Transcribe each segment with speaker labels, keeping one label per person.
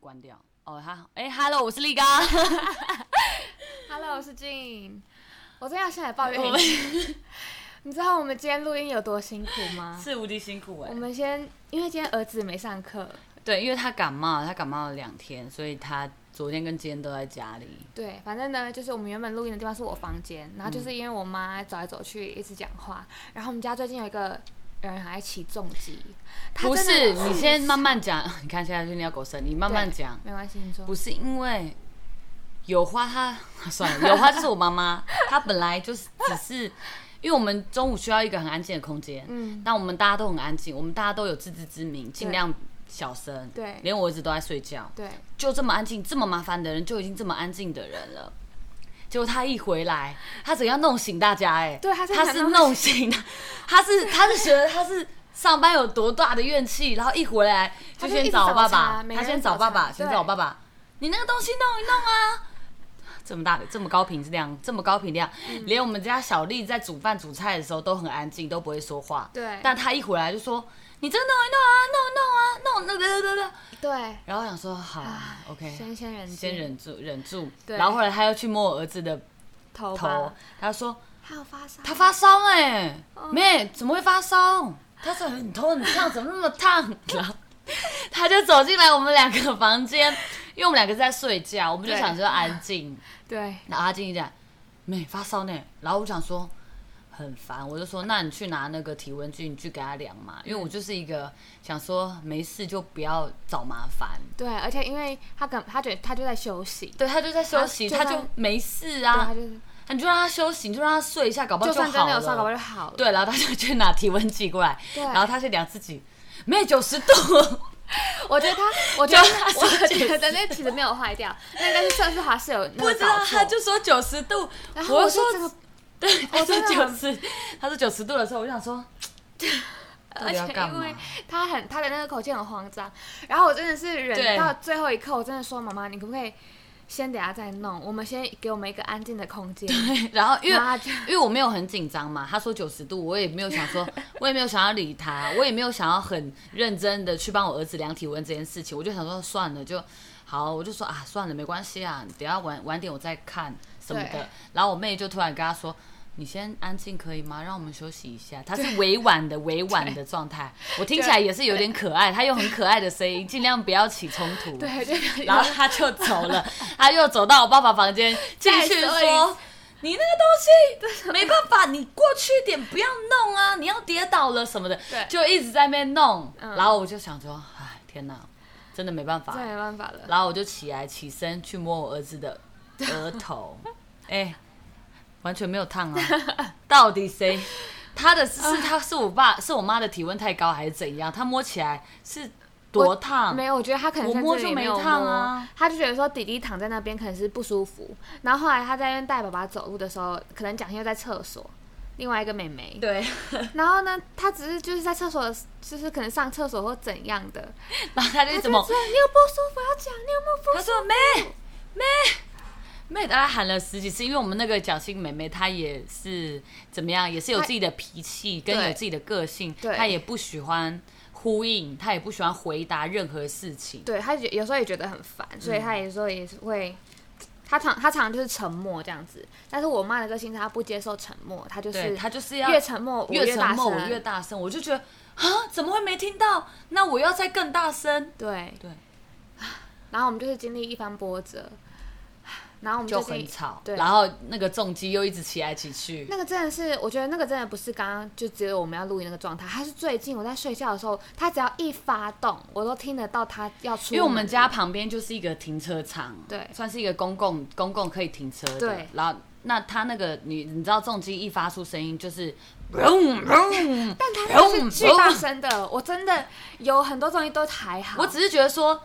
Speaker 1: 关掉。哦，他哎，Hello，我是 力刚。
Speaker 2: Hello，我是静。我真要先来抱怨一下， 你知道我们今天录音有多辛苦吗？
Speaker 1: 是无敌辛苦哎、
Speaker 2: 我们先，因为今天儿子没上课，
Speaker 1: 对，因为他感冒，他感冒了两天，所以他昨天跟今天都在家里。
Speaker 2: 对，反正呢，就是我们原本录音的地方是我房间，然后
Speaker 1: 嗯
Speaker 2: 就是因为我妈走来走去一直讲话，然后我们家最近有一个人还在起重机，她
Speaker 1: 不
Speaker 2: 真的
Speaker 1: 是，你先慢慢讲。 你看现在就尿狗声，你慢慢
Speaker 2: 对
Speaker 1: 讲。
Speaker 2: 没关系，你说
Speaker 1: 不是因为有花她， 算了，有花就是我妈妈，她本来就是只是，因为我们中午需要一个很安静的空间，
Speaker 2: 嗯
Speaker 1: 那我们大家都很安静，我们大家都有自知之明，尽量小声，
Speaker 2: 对
Speaker 1: 连我儿子都在睡觉，
Speaker 2: 对，
Speaker 1: 就这么安静，这么麻烦的人就已经这么安静的人了。结果他一回来，他怎样弄醒大家、哎，
Speaker 2: 对他
Speaker 1: 他
Speaker 2: 真的
Speaker 1: 是
Speaker 2: 弄
Speaker 1: 弄醒的，他是他是觉得他是上班有多大的怨气，然后一回来
Speaker 2: 他
Speaker 1: 就
Speaker 2: 就
Speaker 1: 先
Speaker 2: 一直
Speaker 1: 找我
Speaker 2: 找
Speaker 1: 爸
Speaker 2: 茬
Speaker 1: 爸，
Speaker 2: 每
Speaker 1: 他
Speaker 2: 个
Speaker 1: 先
Speaker 2: 人
Speaker 1: 找
Speaker 2: 找
Speaker 1: 爸
Speaker 2: 茬
Speaker 1: 爸，先
Speaker 2: 对
Speaker 1: 找我爸爸，你那个东西弄一弄啊。这么大的这么高频量，这么高频量，连我们家小丽在煮饭煮菜的时候都很安静，都不会说话。
Speaker 2: 对
Speaker 1: 但她一回来就说：“你这弄一弄啊，弄一弄啊，弄那个那个那个。”
Speaker 2: 对，
Speaker 1: 然后我想说，好，OK，
Speaker 2: 先先忍
Speaker 1: 先
Speaker 2: 静
Speaker 1: 忍住，忍住。
Speaker 2: 对
Speaker 1: 然后后来他又去摸我儿子的
Speaker 2: 头
Speaker 1: 头
Speaker 2: 吧，，
Speaker 1: 他说
Speaker 2: 还有发烧，
Speaker 1: 他发烧哎、
Speaker 2: 哦
Speaker 1: 妹怎么会发烧？他说你头很烫，怎么那么烫？ 然后他就走进来我们两个房间，因为我们两个在睡觉，我们就
Speaker 2: 对
Speaker 1: 想说安静。
Speaker 2: 对
Speaker 1: 然后他进去讲，妹发烧呢。然后我想说很烦，我就说那你去拿那个体温计，你去给他量嘛，因为我就是一个想说没事就不要找麻烦。
Speaker 2: 对，而且因为他跟他觉得他就在休息，
Speaker 1: 对他就在休息，
Speaker 2: 就
Speaker 1: 他
Speaker 2: 算
Speaker 1: 就没事
Speaker 2: 对，他
Speaker 1: 啊，
Speaker 2: 就是
Speaker 1: 你就让他休息，你就让他睡一下，搞不好
Speaker 2: 就
Speaker 1: 哦好
Speaker 2: 算真的有烧，搞不好
Speaker 1: 了。
Speaker 2: 就好了。
Speaker 1: 对，然后他就去拿体温计过来，
Speaker 2: 对
Speaker 1: 然后他去量自己，没有九十 度，
Speaker 2: 我觉得 他，我觉得
Speaker 1: 就他
Speaker 2: 我
Speaker 1: 手机
Speaker 2: 觉得那其实没有 坏掉，那应该是设施华是有那
Speaker 1: 不
Speaker 2: 个
Speaker 1: 知道
Speaker 2: 搞错
Speaker 1: 他就说九十度，
Speaker 2: 然后我
Speaker 1: 说
Speaker 2: 说这个，
Speaker 1: 对，他
Speaker 2: 我
Speaker 1: 说
Speaker 2: 真的
Speaker 1: 九
Speaker 2: 很
Speaker 1: 十，他说九十度的时候，我就想说，到
Speaker 2: 而
Speaker 1: 底要
Speaker 2: 且
Speaker 1: 干
Speaker 2: 因
Speaker 1: 嘛
Speaker 2: 为？他很他的那个口气很慌张，然后我真的是
Speaker 1: 对
Speaker 2: 忍到最后一刻，我真的说妈妈，你可不可以先等下再弄？我们先给我们一个安静的空间。
Speaker 1: 然后因为
Speaker 2: 然后他就
Speaker 1: 因为我没有很紧张嘛，他说九十度，我也没有想 说，我也没有想要理他，我也没有想要很认真的去帮我儿子量体温这件事情，我就想说算了就好，我就说啊算了没关系啊，等一下晚晚点我再看什么
Speaker 2: 对
Speaker 1: 的。然后我妹就突然跟他说。你先安静可以吗？让我们休息一下。她是委婉的、委婉的状态，我听起来也是有点可爱。她用很可爱的声音，尽量不要起冲突。
Speaker 2: 对，就
Speaker 1: 然后 他就走了，他又走到我爸爸房间，继续
Speaker 2: 再说一
Speaker 1: 说：“你那个东西没办法，你过去一点，不要弄啊，你要跌倒了什么的。”
Speaker 2: 对
Speaker 1: 就一直在那边弄。
Speaker 2: 嗯
Speaker 1: 然后我就想说：“哎，天哪，真的没办法
Speaker 2: 这。没办法”了。
Speaker 1: 然后我就起来起身去摸我儿子的额 头，哎，完全没有烫啊！到底谁？他的是
Speaker 2: 啊
Speaker 1: 是他是我爸是我妈的体温太高还是怎样？他摸起来是多
Speaker 2: 我
Speaker 1: 烫？
Speaker 2: 没有，我觉得他可能
Speaker 1: 我
Speaker 2: 甚至
Speaker 1: 摸
Speaker 2: 也
Speaker 1: 就
Speaker 2: 没
Speaker 1: 没
Speaker 2: 有
Speaker 1: 烫
Speaker 2: 摸
Speaker 1: 啊，
Speaker 2: 他就觉得说弟弟躺在那边可能是不舒服，然后后来他在那边带爸爸走路的时候，可能蒋又在厕所，另外一个妹妹，
Speaker 1: 对。
Speaker 2: 然后呢，他只是就是在厕所，就是可能上厕所或怎样的，
Speaker 1: 然后他就一直
Speaker 2: 他
Speaker 1: 猛
Speaker 2: 就说你有不舒服要讲，你有没有不
Speaker 1: 他
Speaker 2: 舒服？
Speaker 1: 说妹妹妹，大概喊了十几次，因为我们那个蒋欣妹妹她也是怎么样，也是有
Speaker 2: 她
Speaker 1: 自己的脾气，跟
Speaker 2: 对
Speaker 1: 有自己的个性，
Speaker 2: 对
Speaker 1: 她也不喜欢呼应，她也不喜欢回答任何事情。
Speaker 2: 对他觉有时候也觉得很烦，所以
Speaker 1: 嗯
Speaker 2: 他有时候也是会，他常他常常就是沉默这样子，但是我妈的个性是她不接受沉默，她就
Speaker 1: 对，
Speaker 2: 是
Speaker 1: 她就是要
Speaker 2: 越沉默我
Speaker 1: 越
Speaker 2: 越
Speaker 1: 沉
Speaker 2: 大
Speaker 1: 默，我
Speaker 2: 声
Speaker 1: 越大声，我就觉得啊，怎么会没听到？那我要再更大声。
Speaker 2: 对
Speaker 1: 对，
Speaker 2: 然后我们就是经历一番波折， 然后我们
Speaker 1: 就
Speaker 2: 经历
Speaker 1: 很吵，
Speaker 2: 对，
Speaker 1: 然后那个重击又一直起来起去，
Speaker 2: 那个真的是，我觉得那个真的不是刚刚就只有我们要录音那个状态，他是最近我在睡觉的时候，他只要一发动，我都听得到他要出门。
Speaker 1: 因为我们家旁边就是一个停车场，
Speaker 2: 对
Speaker 1: 算是一个公共公共可以停车的。
Speaker 2: 对
Speaker 1: 然后那他那个你你知道重机一发出声音 就是，嗡嗡
Speaker 2: 但他就是巨大声的，我真的有很多东西都还好。
Speaker 1: 我只是觉得说，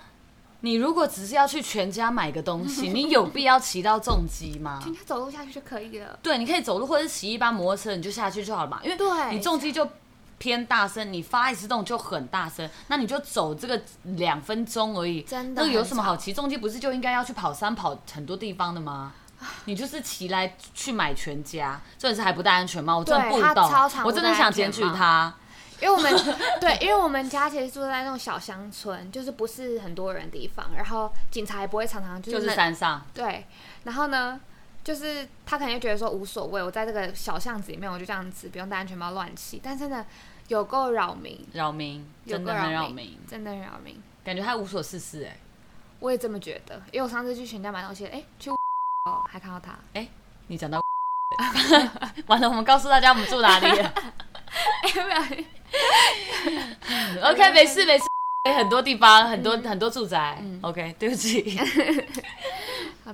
Speaker 1: 你如果只是要去全家买个东西，你有必要骑到重机吗？
Speaker 2: 全家走路下去就可以了。
Speaker 1: 对，你可以走路或者是骑一般摩托车，你就下去就好了嘛。因为
Speaker 2: 对
Speaker 1: 你重机就偏大声，你发一次动就很大声，那你就走这个两分钟而已，
Speaker 2: 真的
Speaker 1: 那个有
Speaker 2: 很
Speaker 1: 什么
Speaker 2: 吵
Speaker 1: 好骑？重机不是就应该要去跑山跑很多地方的 吗？你就是骑来去买全家，这也是还不戴安全帽，我真的
Speaker 2: 对
Speaker 1: 不
Speaker 2: 他
Speaker 1: 懂
Speaker 2: 超常，
Speaker 1: 我
Speaker 2: 不
Speaker 1: 真的
Speaker 2: 戴
Speaker 1: 想
Speaker 2: 安
Speaker 1: 检
Speaker 2: 全
Speaker 1: 举
Speaker 2: 帽
Speaker 1: 他。
Speaker 2: 因为 我们对，因为我们家其实住在那种小乡村，就是不是很多人的地方，然后警察也不会常常就是
Speaker 1: 就是
Speaker 2: 那
Speaker 1: 山上，
Speaker 2: 对，然后呢，就是他可能就觉得说无所谓，我在这个小巷子里面，我就这样子不用戴安全帽乱骑，但真的有够扰民，
Speaker 1: 扰民，
Speaker 2: 有
Speaker 1: 真的
Speaker 2: 够
Speaker 1: 很
Speaker 2: 扰
Speaker 1: 扰民，
Speaker 2: 真的很扰民。
Speaker 1: 感觉他无所事事哎、
Speaker 2: 我也这么觉得，因为我上次去全家买东西，哎，去 哦，还看到他，
Speaker 1: 你讲到， 完了，我们告诉大家我们住哪里了。
Speaker 2: 哎，没 有，
Speaker 1: OK，没事没事。很多地方，很多、很多住宅。
Speaker 2: 嗯
Speaker 1: OK，对不起，
Speaker 2: 好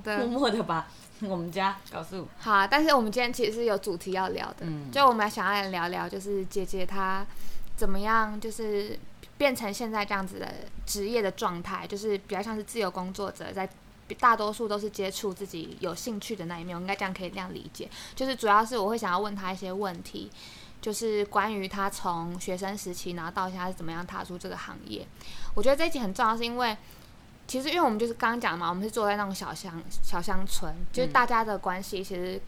Speaker 1: 默
Speaker 2: 的，
Speaker 1: 默的把 我们家告诉。
Speaker 2: 好啊。但是我们今天其实是有主题要聊的，
Speaker 1: 嗯
Speaker 2: 就我们想要来聊聊，就是姐姐她怎么样，就是变成现在这样子的职业的状态，就是比较像是自由工作者，在大多数都是接触自己有兴趣的那一面，我应该这样可以这样理解。就是主要是我会想要问她一些问题，就是关于她从学生时期，然后到现在是怎么样踏出这个行业。我觉得这一集很重要，是因为。其实，因为我们就是刚刚讲嘛，我们是住在那种小乡小乡村，就是
Speaker 1: 嗯
Speaker 2: 大家的关系其实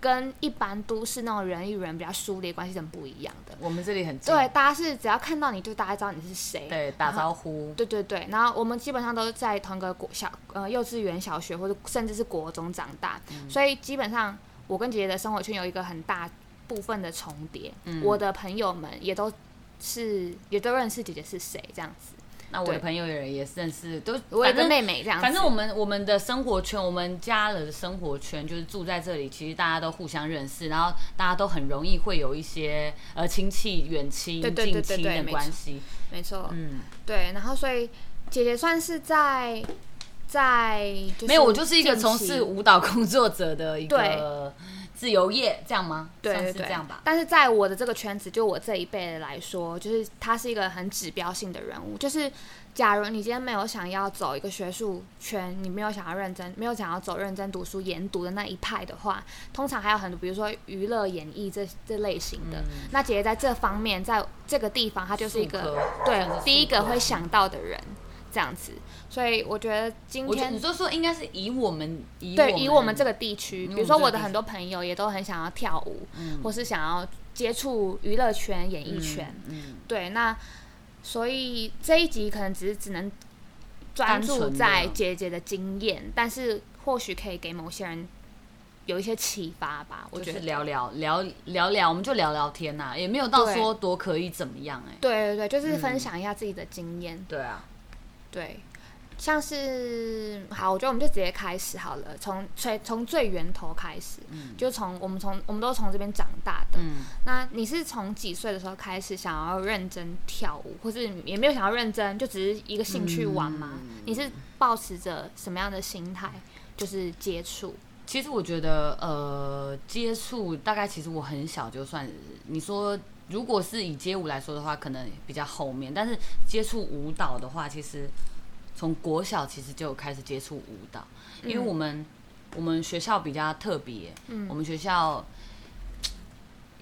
Speaker 2: 跟一般都市那种人与人比较疏离的关系是很不一样的。
Speaker 1: 我们这里很近，
Speaker 2: 对，大家是只要看到你就大家知道你是谁。
Speaker 1: 对，打招呼。
Speaker 2: 对对对，然后我们基本上都是在同一个国小呃幼稚园、小学或者甚至是国中长大，
Speaker 1: 嗯
Speaker 2: 所以基本上我跟姐姐的生活圈有一个很大部分的重叠。
Speaker 1: 嗯
Speaker 2: 我的朋友们也都是也都认识姐姐是谁这样子，
Speaker 1: 那我的
Speaker 2: 对
Speaker 1: 朋友也也认识，都
Speaker 2: 我有
Speaker 1: 反
Speaker 2: 个
Speaker 1: 正
Speaker 2: 妹妹这样子。
Speaker 1: 反正我们我们的生活圈，我们家人的生活圈就是住在这里，其实大家都互相认识，然后大家都很容易会有一些呃亲戚、远亲、
Speaker 2: 对对对
Speaker 1: 近
Speaker 2: 对
Speaker 1: 亲
Speaker 2: 对
Speaker 1: 的
Speaker 2: 没
Speaker 1: 关
Speaker 2: 错
Speaker 1: 系。
Speaker 2: 没错，
Speaker 1: 嗯，
Speaker 2: 对，然后所以姐姐算是在在、就是、
Speaker 1: 没有，我就是一个
Speaker 2: 近
Speaker 1: 从
Speaker 2: 期
Speaker 1: 事舞蹈工作者的一
Speaker 2: 对
Speaker 1: 个自由业，这样吗？
Speaker 2: 对
Speaker 1: 算
Speaker 2: 对
Speaker 1: 是
Speaker 2: 对，
Speaker 1: 这样吧。
Speaker 2: 但是在我的这个圈子，就我这一辈的来说，就是他是一个很指标性的人物。就是假如你今天没有想要走一个学术圈，你没有想要认真，没有想要走认真读书研读的那一派的话，通常还有很多，比如说娱乐、演艺这这类型的。那姐姐在这方面，在这个地方，她就是一
Speaker 1: 妇
Speaker 2: 个
Speaker 1: 嗯科
Speaker 2: 对
Speaker 1: 算是
Speaker 2: 第一
Speaker 1: 妇
Speaker 2: 个
Speaker 1: 科
Speaker 2: 会想到的人，这样子。所以我觉得今
Speaker 1: 我觉得
Speaker 2: 天
Speaker 1: 你就说应该是以我们以
Speaker 2: 对，以我们这
Speaker 1: 个
Speaker 2: 个地区，
Speaker 1: 以
Speaker 2: 比
Speaker 1: 我
Speaker 2: 如
Speaker 1: 们
Speaker 2: 说
Speaker 1: 这个
Speaker 2: 我的
Speaker 1: 地
Speaker 2: 很多朋友也都很想要跳舞，
Speaker 1: 嗯
Speaker 2: 或是想要接触娱乐圈、演艺圈。
Speaker 1: 嗯，
Speaker 2: 对，那所以这一集可能只是只能专
Speaker 1: 单
Speaker 2: 注
Speaker 1: 纯的
Speaker 2: 在姐姐的经验，但是或许可以给某些人有一些启发吧。我
Speaker 1: 我
Speaker 2: 觉
Speaker 1: 觉
Speaker 2: 得
Speaker 1: 得，聊聊聊聊聊，我们就聊聊天呐、也没有到
Speaker 2: 对
Speaker 1: 说多可以怎么样哎、
Speaker 2: 对对对，就是分享一下自己的经验。
Speaker 1: 对啊，
Speaker 2: 对，像是好，我觉得我们就直接开始好了，从最从最源头开始，就从我们从我们都从这边长大的。
Speaker 1: 嗯，
Speaker 2: 那你是从几岁的时候开始想要认真跳舞，或是也没有想要认真，就只是一个兴趣玩吗？
Speaker 1: 嗯
Speaker 2: 你是抱持着什么样的心态，就是接触？
Speaker 1: 其实我觉得，呃，接触大概其实我很小就算，你说如果是以街舞来说的话，可能比较后面，但是接触舞蹈的话，其实从国小其实就有开始接触舞蹈，因为我们、我们学校比较特别，
Speaker 2: 嗯
Speaker 1: 我们学校。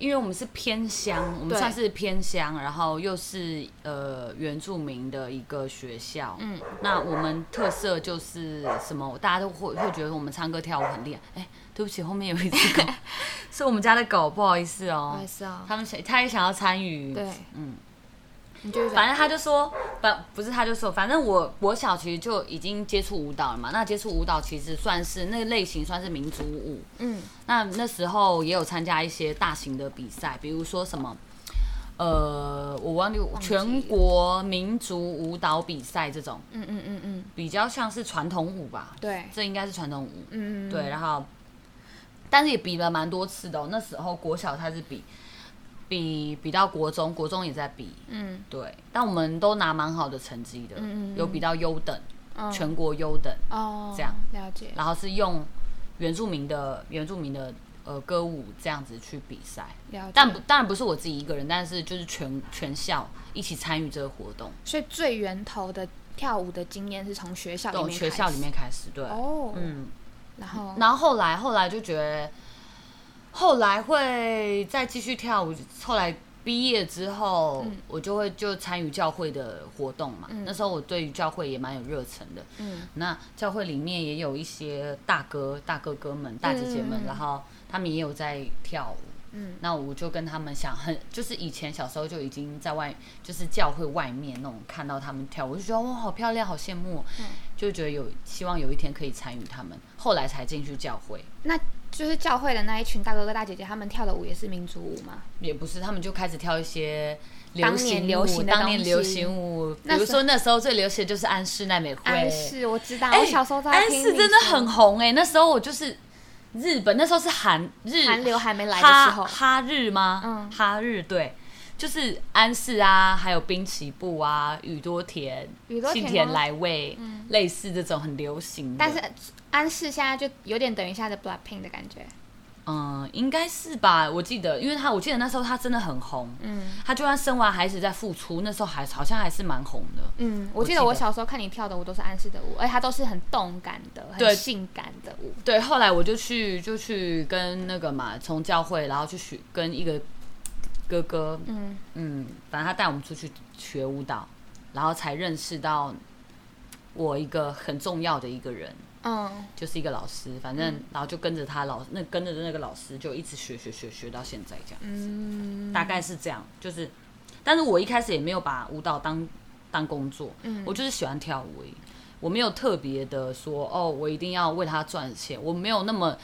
Speaker 1: 因为我们是偏乡，我们
Speaker 2: 对
Speaker 1: 算是偏乡，然后又是呃原住民的一个学校，
Speaker 2: 嗯，
Speaker 1: 那我们特色就是什么？大家都会会觉得我们唱歌跳舞很厉害。哎、对不起，后面有一只狗， 是我们家的狗，不好意思
Speaker 2: 我
Speaker 1: 哦
Speaker 2: 也。是啊，
Speaker 1: 他们想，他也想要参与。
Speaker 2: 对，
Speaker 1: 嗯，
Speaker 2: 你就是
Speaker 1: 反正他就说，反不是他就说，反正我我小其实就已经接触舞蹈了嘛。那接触舞蹈其实算是那个类型算是民族舞。
Speaker 2: 嗯
Speaker 1: 那那时候也有参加一些大型的比赛，比如说什么，呃，我忘记
Speaker 2: 忘记了
Speaker 1: 全国民族舞蹈比赛这种，
Speaker 2: 嗯嗯嗯嗯，
Speaker 1: 比较像是传统舞吧。
Speaker 2: 对，
Speaker 1: 这应该是传统舞，
Speaker 2: 嗯
Speaker 1: 对，然后，但是也比了蛮多次的、哦。那时候国小开始比，比比到国中，国中也在比，
Speaker 2: 嗯
Speaker 1: 对，但我们都拿蛮好的成绩的，
Speaker 2: 嗯嗯嗯
Speaker 1: 有比到优等，
Speaker 2: 嗯
Speaker 1: 全国优等，
Speaker 2: 哦，
Speaker 1: 这样
Speaker 2: 了解，
Speaker 1: 然后是用原住民的原住民的呃歌舞这样子去比赛，
Speaker 2: 了解。
Speaker 1: 但不当然不是我自己一个人，但是就是全全校一起参与这个活动，
Speaker 2: 所以最源头的跳舞的经验是从学校里
Speaker 1: 从
Speaker 2: 面
Speaker 1: 学
Speaker 2: 开
Speaker 1: 校
Speaker 2: 始
Speaker 1: 里面开始，对，
Speaker 2: 哦，
Speaker 1: 嗯。
Speaker 2: 然后
Speaker 1: 然后后来后来就觉得，后来会再继续跳舞。后来毕业之后，
Speaker 2: 嗯
Speaker 1: 我就会就参与教会的活动嘛。
Speaker 2: 嗯
Speaker 1: 那时候我对于教会也蛮有热忱的。
Speaker 2: 嗯
Speaker 1: 那教会里面也有一些大哥、大哥哥们、大姐姐们，
Speaker 2: 嗯嗯嗯
Speaker 1: 然后他们也有在跳舞。
Speaker 2: 嗯
Speaker 1: 那我就跟他们想很，就是以前小时候就已经在外，就是教会外面那种看到他们跳，我就觉得哇，好漂亮，好羡慕哦，
Speaker 2: 嗯
Speaker 1: 就觉得有希望有一天可以参与他们。后来才进去教会，
Speaker 2: 那就是教会的那一群大哥哥大姐姐，他们跳的舞也是民族舞吗？
Speaker 1: 也不是，他们就开始跳一些
Speaker 2: 当
Speaker 1: 流
Speaker 2: 年
Speaker 1: 行
Speaker 2: 流
Speaker 1: 舞，
Speaker 2: 行的
Speaker 1: 当年
Speaker 2: 东
Speaker 1: 流
Speaker 2: 西
Speaker 1: 行舞，比
Speaker 2: 那
Speaker 1: 如
Speaker 2: 时
Speaker 1: 说那时候最流行的就是安室奈美惠，
Speaker 2: 安室，我知道，
Speaker 1: 哎
Speaker 2: 我小时候在
Speaker 1: 安
Speaker 2: 听
Speaker 1: 室
Speaker 2: 你
Speaker 1: 真的
Speaker 2: 说
Speaker 1: 很红哎、那时候我就是日本，那时候是韩日
Speaker 2: 韩流还没来的时
Speaker 1: 哈
Speaker 2: 候，
Speaker 1: 哈日吗？
Speaker 2: 嗯
Speaker 1: 哈日对，就是安室啊，还有滨崎步啊，宇多田、
Speaker 2: 宇多
Speaker 1: 信
Speaker 2: 田吗嗯
Speaker 1: 田来未，类似这种很流行的。
Speaker 2: 但是安室现在就有点等于现在的 Blackpink 的感觉。
Speaker 1: 嗯，应该是吧？我记得，因为他我记得那时候他真的很红，
Speaker 2: 嗯
Speaker 1: 他就算生完孩子再复出，那时候还好像还是蛮红的。
Speaker 2: 嗯，我
Speaker 1: 我
Speaker 2: 记
Speaker 1: 记
Speaker 2: 得
Speaker 1: 得
Speaker 2: 我小时候看你跳的舞都是安室的舞，而且它都是很动感的、
Speaker 1: 对
Speaker 2: 很性感的舞。
Speaker 1: 对，后来我就去就去跟那个嘛，从教会，然后去学跟一个哥哥，
Speaker 2: 嗯，
Speaker 1: 嗯，反正他带我们出去学舞蹈，然后才认识到我一个很重要的一个人，
Speaker 2: 嗯，
Speaker 1: 就是一个老师，反正、然后就跟着他老那跟着那个老师就一直学学学学到现在这样，
Speaker 2: 嗯，
Speaker 1: 大概是这样，就是，但是我一开始也没有把舞蹈当当工作，
Speaker 2: 嗯
Speaker 1: 我就是喜欢跳舞而已，我没有特别的说哦，我一定要为他赚钱，我没有那么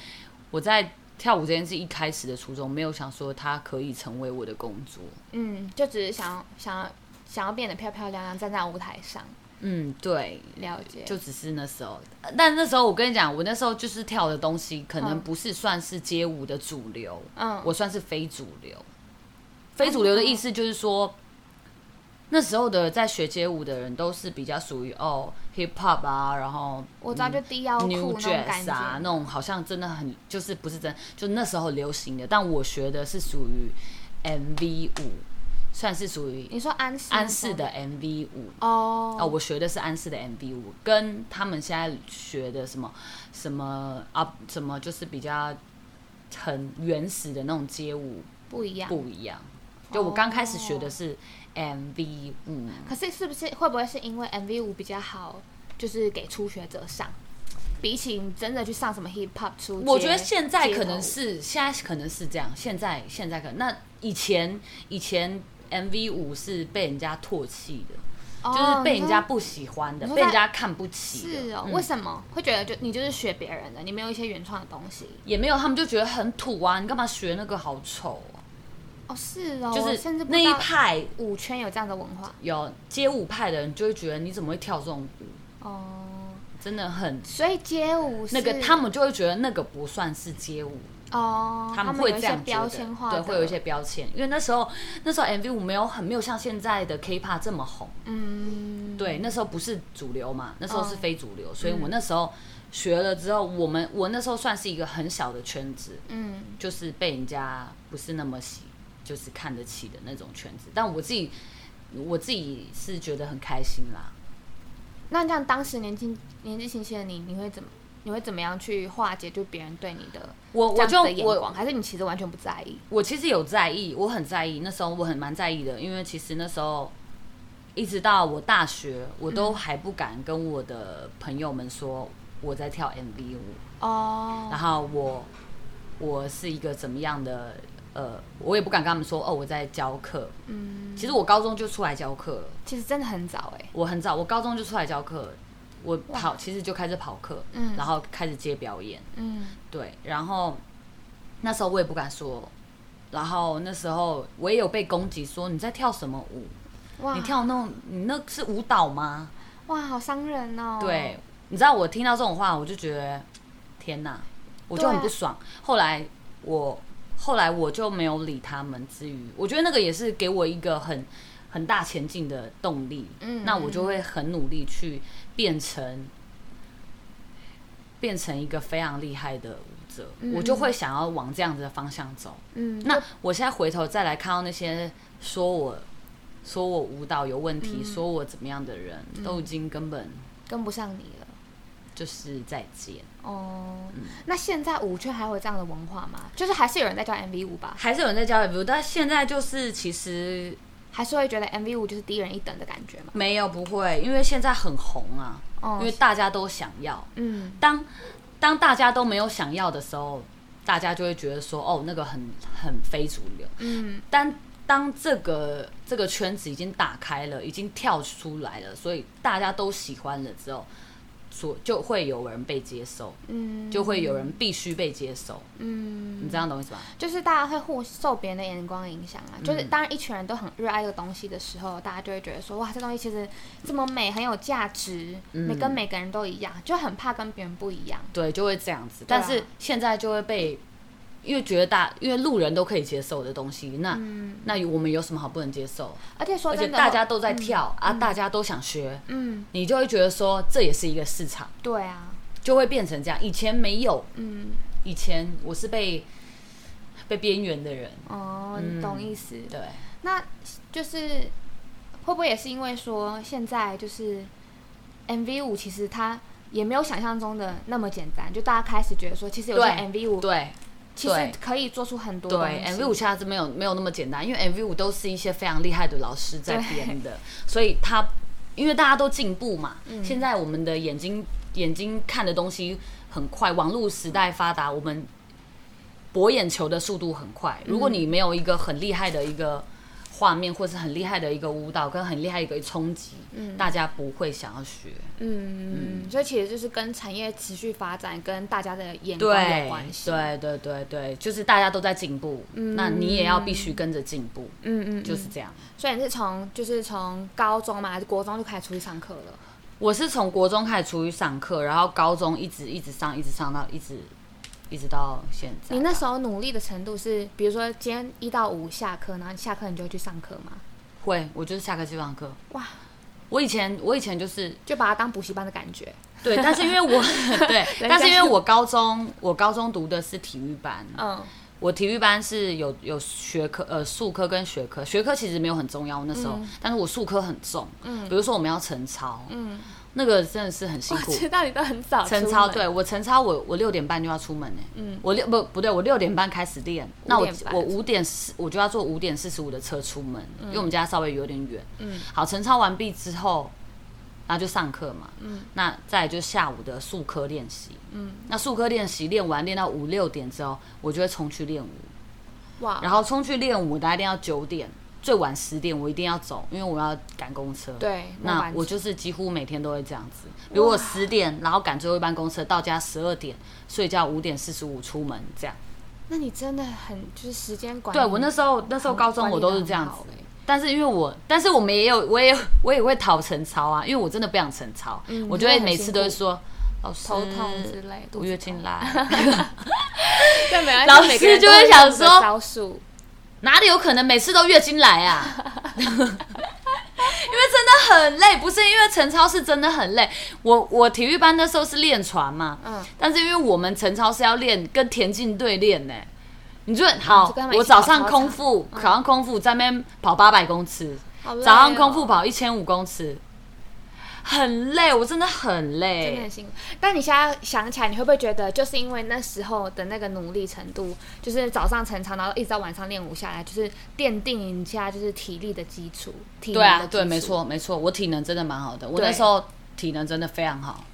Speaker 1: 我在跳舞这件事一开始的初衷没有想说它可以成为我的工作，
Speaker 2: 嗯，就只是想要想要想要变得漂漂亮亮，站在舞台上。
Speaker 1: 嗯，对，
Speaker 2: 了解，
Speaker 1: 就只是那时候，呃但那时候我跟你讲，我那时候就是跳的东西，可能
Speaker 2: 嗯
Speaker 1: 不是算是街舞的主流，
Speaker 2: 嗯，
Speaker 1: 我算是非主流。非主流的意思就是说，
Speaker 2: 哦
Speaker 1: 那时候的在学街舞的人都是比较属于哦 hip hop 啊，然后
Speaker 2: 我知道就低腰
Speaker 1: new
Speaker 2: 裤那种感
Speaker 1: jazz
Speaker 2: 觉。
Speaker 1: 啊，那种好像真的很就是不是真，就那时候流行的，但我学的是属于 MV 舞，算是属于
Speaker 2: 你说安室
Speaker 1: 安室的 MV 舞
Speaker 2: 哦
Speaker 1: 哦，我学的是安室的 MV 舞，跟他们现在学的什么什么啊什么，就是比较很原始的那种街舞
Speaker 2: 不一样。
Speaker 1: 不一样。就我刚开始学的是 MV 舞，
Speaker 2: 可是是不是会不会是因为 MV 舞比较好，就是给初学者上，比起你真的去上什么 hip hop 出街？
Speaker 1: 我觉得现在可能
Speaker 2: 街
Speaker 1: 是现在可能是这样，现在现在可能那以前以前 MV 舞是被人家唾弃的，
Speaker 2: 头舞
Speaker 1: 就是被人家
Speaker 2: 哦
Speaker 1: 不喜欢的
Speaker 2: 你，说
Speaker 1: 被人
Speaker 2: 在
Speaker 1: 家看不起的。
Speaker 2: 是哦，
Speaker 1: 嗯
Speaker 2: 为什么会觉得就你就是学别人的，你没有一些原创的东西？
Speaker 1: 也没有，他们就觉得很土啊，你干嘛学那个好丑哦、
Speaker 2: 哦，是哦，
Speaker 1: 就
Speaker 2: 我
Speaker 1: 是
Speaker 2: 甚至不
Speaker 1: 那
Speaker 2: 知
Speaker 1: 一
Speaker 2: 道
Speaker 1: 派
Speaker 2: 舞圈有这样的文化
Speaker 1: 有街舞派的人就会觉得你怎么会跳这种舞，
Speaker 2: 哦。
Speaker 1: 真的很
Speaker 2: 所以街舞是
Speaker 1: 那个，他们就会觉得那个不算是街舞，
Speaker 2: 哦，他
Speaker 1: 们会
Speaker 2: 有一
Speaker 1: 这
Speaker 2: 些
Speaker 1: 样觉
Speaker 2: 标
Speaker 1: 得
Speaker 2: 签化，
Speaker 1: 对，会有一些标签，因为那时候那时候 MV 舞没有很没有像现在的 K-pop 这么红，
Speaker 2: 嗯，
Speaker 1: 对，那时候不是主流嘛，那时候是
Speaker 2: 哦
Speaker 1: 非主流，所以我那时候学了之后，我们我那时候算是一个很小的圈子，
Speaker 2: 嗯
Speaker 1: 就是被人家不是那么喜，就是看得起的那种圈子。但我自己，我自己是觉得很开心啦。
Speaker 2: 那这样，当时年轻年纪轻轻的你，你会怎么？你会怎么样去化解就别人对你的
Speaker 1: 我
Speaker 2: 这
Speaker 1: 我
Speaker 2: 样
Speaker 1: 就
Speaker 2: 子的眼
Speaker 1: 我
Speaker 2: 光？还是你其实完全不在意？
Speaker 1: 我其实有在意，我很在意，那时候我很蛮在意的，因为其实那时候一直到我大学，我都
Speaker 2: 嗯
Speaker 1: 还不敢跟我的朋友们说我在跳 MV 舞，然
Speaker 2: 哦，
Speaker 1: 后我我是一个怎么样的。呃，我也不敢跟他们说哦，我在教课。
Speaker 2: 嗯，
Speaker 1: 其实我高中就出来教课了，
Speaker 2: 其实真的很早哎、
Speaker 1: 我很早，我高中就出来教课，我跑其实就开始跑课，
Speaker 2: 嗯
Speaker 1: 然后开始接表演，
Speaker 2: 嗯
Speaker 1: 对，然后那时候我也不敢说，然后那时候我也有被攻击说你在跳什么舞，
Speaker 2: 哇，
Speaker 1: 你跳那种你那是舞蹈吗？
Speaker 2: 哇，好伤人哦。
Speaker 1: 对，，你知道我听到这种话，我就觉得天哪，我就很
Speaker 2: 啊
Speaker 1: 不爽。后来我后来我就没有理他们，之余我觉得那个也是给我一个很很大前进的动力。
Speaker 2: 嗯
Speaker 1: 那我就会很努力去变成变成一个非常厉害的舞者，
Speaker 2: 嗯
Speaker 1: 我就会想要往这样子的方向走。
Speaker 2: 嗯，
Speaker 1: 那我现在回头再来看到那些说我说我舞蹈有问
Speaker 2: 嗯
Speaker 1: 题，说我怎么样的人，都已经根本
Speaker 2: 跟不上你了。
Speaker 1: 就是再见。
Speaker 2: 哦，那现在舞圈还会有这样的文化吗？就是还是有人在教 MV 舞吧，
Speaker 1: 还是有人在教 MV，但现在就是其实
Speaker 2: 还是会觉得 MV 舞就是低人一等的感觉嘛？
Speaker 1: 没有不会，因为现在很红啊，
Speaker 2: 哦
Speaker 1: 因为大家都想要。
Speaker 2: 嗯
Speaker 1: 当当大家都没有想要的时候，大家就会觉得说，哦，那个很很非主流。
Speaker 2: 嗯，
Speaker 1: 但当这个这个圈子已经打开了，已经跳出来了，所以大家都喜欢了之后，所就会有人被接受，
Speaker 2: 嗯，
Speaker 1: 就会有人必须被接受。
Speaker 2: 嗯，
Speaker 1: 你这样懂我意思吧？
Speaker 2: 就是大家会互受别人的眼光影响啊。
Speaker 1: 嗯
Speaker 2: 就是当然一群人都很热爱这个东西的时候，大家就会觉得说，哇，这东西其实这么美，很有价值，
Speaker 1: 嗯
Speaker 2: 每跟每个人都一样，就很怕跟别人不一样。
Speaker 1: 对，就会这样子。
Speaker 2: 对啊
Speaker 1: 但是现在就会被，因为觉得大，因为路人都可以接受的东西，那、
Speaker 2: 嗯，
Speaker 1: 那我们有什么好不能接受？
Speaker 2: 而且说
Speaker 1: 而且
Speaker 2: 真的，
Speaker 1: 大家都在跳、啊，大家都想学，
Speaker 2: 嗯，
Speaker 1: 你就会觉得说这也是一个市场，
Speaker 2: 对啊，
Speaker 1: 就会变成这样。以前没有，
Speaker 2: 嗯，
Speaker 1: 以前我是被被边缘的人，
Speaker 2: 哦，你懂意思。
Speaker 1: 对，
Speaker 2: 那就是会不会也是因为说现在就是 MV 五其实它也没有想象中的那么简单，就大家开始觉得说，其实有些
Speaker 1: 对
Speaker 2: MV 五
Speaker 1: 对
Speaker 2: 其实
Speaker 1: 对
Speaker 2: 可以做出很多
Speaker 1: 对
Speaker 2: 东西。
Speaker 1: ，MV 五现在是没有没有那么简单，因为 MV 五都是一些非常厉害的老师在编的，所以他因为大家都进步嘛，
Speaker 2: 嗯
Speaker 1: 现在我们的眼睛眼睛看的东西很快，网络时代发达，我们博眼球的速度很快。
Speaker 2: 嗯
Speaker 1: 如果你没有一个很厉害的一个画面，或是很厉害的一个舞蹈，跟很厉害的一个冲击，大家不会想要学。
Speaker 2: 嗯，所以其实就是跟产业持续发展跟大家的眼光有
Speaker 1: 对
Speaker 2: 关，系。嗯
Speaker 1: 对，对，对，对，就是大家都在进步，那你也要必须跟着进步，
Speaker 2: 嗯嗯，
Speaker 1: 就
Speaker 2: 就是
Speaker 1: 是这样。
Speaker 2: 所以你是从就是从高中嘛，还是国中就开始出去上课了？
Speaker 1: 我是从国中开始出去上课，然后高中一直一直上，一直上到一直一直到现在。
Speaker 2: 你那时候努力的程度是，比如说今天一到五下课，然后你下课你就会去上课吗？
Speaker 1: 会，我就是下课去上课。
Speaker 2: 哇，
Speaker 1: 我以前我以前就是
Speaker 2: 就把它当补习班的感觉。
Speaker 1: 对，但是因为 我 对，
Speaker 2: 人家
Speaker 1: 但是因为我高中我高中读的是体育班，
Speaker 2: 嗯
Speaker 1: 我体育班是有有学科呃数科跟学科，学科其实没有很重要那时候，但是我数科很重，嗯，比如说我们要晨操，
Speaker 2: 嗯，
Speaker 1: 那个真的是很辛苦
Speaker 2: 我，知道你都很早
Speaker 1: 晨
Speaker 2: 出
Speaker 1: 操，
Speaker 2: 门
Speaker 1: 对，我晨操我我六点半就要出门呢、
Speaker 2: 嗯
Speaker 1: 我六不不对，我六点半开始练，那我
Speaker 2: 5点半
Speaker 1: 我五点四我就要坐五点四十五的车出门，因为我们家稍微有点远。
Speaker 2: 嗯
Speaker 1: 好，晨操完毕之后，然后就上课嘛，
Speaker 2: 嗯
Speaker 1: 那再来就下午的数科练习。
Speaker 2: 嗯，
Speaker 1: 那数科练习练完练到五六点之后，我就会冲去练舞，
Speaker 2: 哇，
Speaker 1: 然后冲去练舞，大概练到九点，最晚十点我一定要走，因为我要赶公车。
Speaker 2: 对，
Speaker 1: 那我
Speaker 2: 就
Speaker 1: 就是几乎每天都会这样子，比如我十点，然后赶最后一班公车到家十二点，睡觉五点四十五出门这样。
Speaker 2: 那你真的很就是时间管理，
Speaker 1: 对我那时候那时候高中
Speaker 2: 管理
Speaker 1: 我都
Speaker 2: 得
Speaker 1: 是
Speaker 2: 很
Speaker 1: 这样子
Speaker 2: 好，欸
Speaker 1: 但是因为我，但是我们也有，我也我也会逃晨操啊，因为我真的不想晨操，我就
Speaker 2: 嗯你
Speaker 1: 会
Speaker 2: 会很
Speaker 1: 每
Speaker 2: 辛
Speaker 1: 次都会
Speaker 2: 苦
Speaker 1: 说老师
Speaker 2: 欸头痛之类肚
Speaker 1: 我
Speaker 2: 子
Speaker 1: 月
Speaker 2: 痛
Speaker 1: 经来，
Speaker 2: 对，没关系
Speaker 1: 老师
Speaker 2: 每个人
Speaker 1: 就
Speaker 2: 都
Speaker 1: 会
Speaker 2: 有
Speaker 1: 想
Speaker 2: 自己的
Speaker 1: 说
Speaker 2: 招数，
Speaker 1: 哪里有可能每次都月经来啊？ 因为真的很累，不是因为晨操是真的很累。我我体育班那时候是练船嘛，
Speaker 2: 嗯，
Speaker 1: 但是因为我们晨操是要练跟田径队练呢、你就
Speaker 2: 嗯就
Speaker 1: 好
Speaker 2: 跟他，们一
Speaker 1: 我
Speaker 2: 起跑
Speaker 1: 早上
Speaker 2: 操
Speaker 1: 空
Speaker 2: 场嗯
Speaker 1: 腹，早上空腹在那边跑八百公尺，
Speaker 2: 好累哦
Speaker 1: 早上空腹跑一千五公尺，很累，我真的很
Speaker 2: 真的
Speaker 1: 累
Speaker 2: 很。辛苦。但你现在想起来，你会不会觉得就是因为那时候的那个努力程度，就是早上晨操，然后一直到晚上练舞下来，就是奠定你家就是体力的基础，体能
Speaker 1: 对啊
Speaker 2: 的，基
Speaker 1: 对，没
Speaker 2: 础。
Speaker 1: 错没错，我体能真的蛮好的，我
Speaker 2: 对
Speaker 1: 那时候体能真的非常好。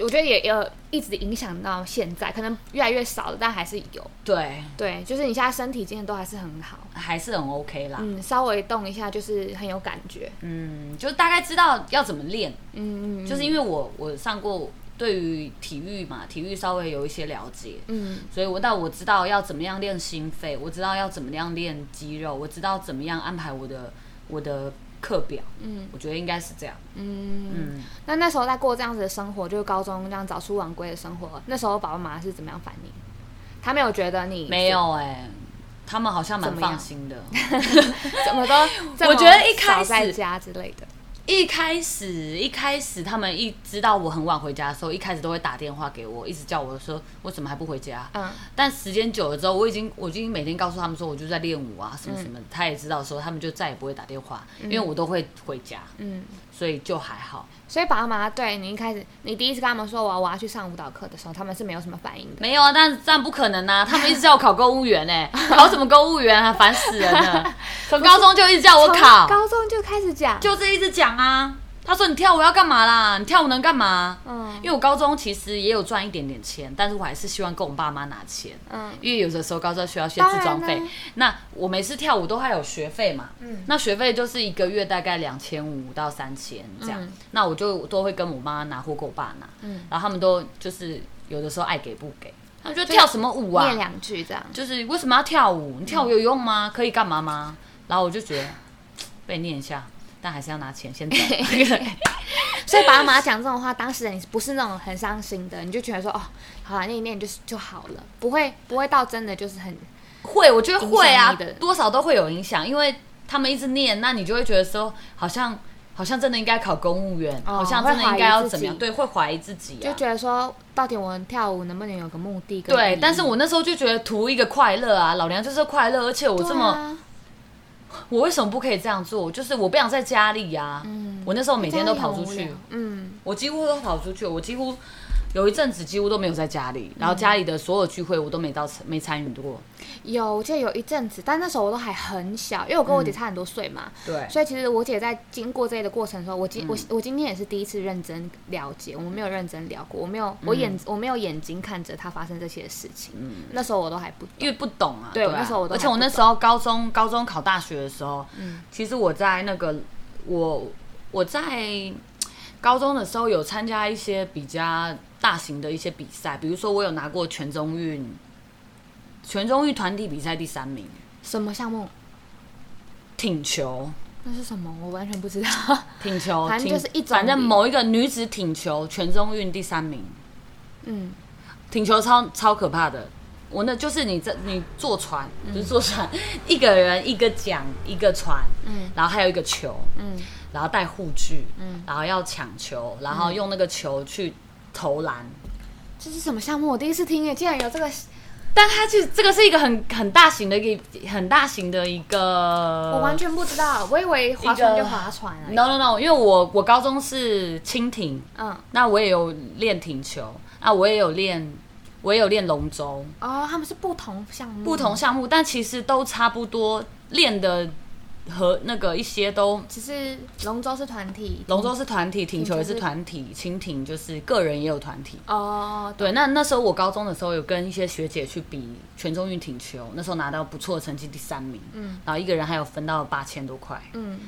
Speaker 2: 我觉得也有一直影响到现在，可能越来越少了，但还是有。
Speaker 1: 对，
Speaker 2: 对，就是你现在身体健康都还是很好，
Speaker 1: 还是很 OK 啦。
Speaker 2: 嗯，稍微动一下就是很有感觉，
Speaker 1: 嗯，就大概知道要怎么练，
Speaker 2: 嗯嗯
Speaker 1: 就是因为我我上过对于体育嘛，体育稍微有一些了解，
Speaker 2: 嗯
Speaker 1: 所以我到我知道要怎么样练心肺，我知道要怎么样练肌肉，我知道怎么样安排我的我的课表，
Speaker 2: 嗯
Speaker 1: 我觉得应该是这样。
Speaker 2: 嗯嗯。
Speaker 1: 嗯，
Speaker 2: 那那时候在过这样子的生活，就是高中这样早出晚归的生活，那时候爸爸妈妈是怎么样反应？他没有觉得你
Speaker 1: 没有哎、他们好像蛮
Speaker 2: 怎么样
Speaker 1: 放心的。
Speaker 2: 怎么都这 么
Speaker 1: 我觉得一开
Speaker 2: 少在
Speaker 1: 始
Speaker 2: 家之类的，
Speaker 1: 一开始一开始他们一知道我很晚回家的时候，一开始都会打电话给我，一直叫我说我怎么还不回家。
Speaker 2: 嗯
Speaker 1: 但时间久了之后，我已经我已经每天告诉他们说我就在练舞啊什么什么，他也知道说他们就再也不会打电话，因为我都会回家，
Speaker 2: 嗯。
Speaker 1: 所以就还好。
Speaker 2: 所以爸爸妈妈对你一开始，你第一次跟他们说我要我要去上舞蹈课的时候，他们是没有什么反应的。
Speaker 1: 没有啊，但但不可能啊！他们一直叫我考公务员呢、 考什么公务员啊，烦死人了！从高中就一直叫我
Speaker 2: 从
Speaker 1: 考，
Speaker 2: 高中就开始讲，
Speaker 1: 就是一直讲啊。他说你跳舞要干嘛啦？你跳舞能干嘛？
Speaker 2: 嗯
Speaker 1: 因为我高中其实也有赚一点点钱，但是我还是希望跟我爸妈拿钱，
Speaker 2: 嗯
Speaker 1: 因为有的时候高中需要先
Speaker 2: 当
Speaker 1: 自
Speaker 2: 然啊
Speaker 1: 装费
Speaker 2: 啦。
Speaker 1: 那我每次跳舞都还有学费嘛，
Speaker 2: 嗯
Speaker 1: 那学费就是一个月大概两千五到三千这样，
Speaker 2: 嗯
Speaker 1: 那我就都会跟我妈拿或跟我爸拿，
Speaker 2: 嗯，
Speaker 1: 然后他们都就是有的时候爱给不给，他们就跳什么舞啊
Speaker 2: 念，两嗯句这样。
Speaker 1: 就是为什么要跳舞？你跳舞有用吗？可以干嘛吗？然后我就觉得被念一下，但还是要拿钱 先走。
Speaker 2: 所以爸妈讲这种话，当事人你不是那种很伤心的，你就觉得说哦，好了，念一念就是就好了，不会不会到真的就是很
Speaker 1: 会，我觉得会啊
Speaker 2: 影响你的，
Speaker 1: 多少都会有影响，因为他们一直念，那你就会觉得说，好像好像真的应该考公务员，
Speaker 2: 哦
Speaker 1: 好像真的应该要怎么样，
Speaker 2: 会
Speaker 1: 对，
Speaker 2: 怀疑自己
Speaker 1: 会怀疑自己、
Speaker 2: 就
Speaker 1: 啊。
Speaker 2: 觉得嗯说到底我跳舞能不能有个目的跟意义？
Speaker 1: 对，但是我那时候就觉得图一个快乐啊，老娘就是快乐，而且我
Speaker 2: 对啊
Speaker 1: 这么、我为什么不可以这样做？就是我不想在家里呀、
Speaker 2: 嗯
Speaker 1: 我那时候每天都跑出
Speaker 2: 这样
Speaker 1: 去
Speaker 2: 很无聊，嗯
Speaker 1: 我几乎都跑出去，我几乎有一阵子几乎都没有在家里，然后
Speaker 2: 嗯
Speaker 1: 家里的所有聚会我都没到没参与过。
Speaker 2: 有，我记得有一阵子，但那时候我都还很小，因为我跟我姐差很多岁嘛，
Speaker 1: 嗯对，嗯
Speaker 2: 所以其实我姐在经过这些的过程的时候，我今、我我今天也是第一次认真了解，我们没有认真聊过，我没有
Speaker 1: 嗯
Speaker 2: 我眼、我没有眼睛看着她发生这些事情，那时候我都还不懂
Speaker 1: 因为不懂啊。
Speaker 2: 对
Speaker 1: 啊
Speaker 2: 那时候我都
Speaker 1: 而且我那时候高中高中考大学的时候，
Speaker 2: 嗯
Speaker 1: 其实我在那个我我在高中的时候有参加一些比较大型的一些比赛，比如说我有拿过全中运全中运团体比赛第三名，
Speaker 2: 什么项目，
Speaker 1: 挺球。
Speaker 2: 那是什么，我完全不知道。
Speaker 1: 挺球，
Speaker 2: 反正
Speaker 1: 挺
Speaker 2: 就是一种
Speaker 1: 反正
Speaker 2: 比
Speaker 1: 某一个女子挺球全中运第三名，
Speaker 2: 嗯，
Speaker 1: 挺球超超可怕的。我那就是你这你坐船，不是坐船，一个人一个桨一个船，
Speaker 2: 嗯
Speaker 1: 然后还有一个球，
Speaker 2: 嗯
Speaker 1: 然后带护具，
Speaker 2: 嗯
Speaker 1: 然后要抢球，然后用那个球去投篮。
Speaker 2: 这是什么项目？我第一次听耶，竟然有这个，
Speaker 1: 但它其实这个是一个很很大型的一个很大型的一个，
Speaker 2: 我完全不知道，我以为划船就划船而已。
Speaker 1: no no no，因为我我高中是蜻蜓，
Speaker 2: 嗯，
Speaker 1: 那我也有练挺球，那我也有练我也有练龙舟，
Speaker 2: 哦，他们是不同项目，
Speaker 1: 不同，项目，但其实都差不多，练的和那个一些都。
Speaker 2: 只是龙舟是团体，
Speaker 1: 龙舟是团体，挺球也
Speaker 2: 挺球
Speaker 1: 是
Speaker 2: 嗯是
Speaker 1: 团体，蜻蜓就是个人也有团体。
Speaker 2: 哦，
Speaker 1: 对，那那时候我高中的时候有跟一些学姐去比全中运挺球，那时候拿到不错的成绩，第三名，
Speaker 2: 嗯
Speaker 1: 然后一个人还有分到八千多块。
Speaker 2: 嗯，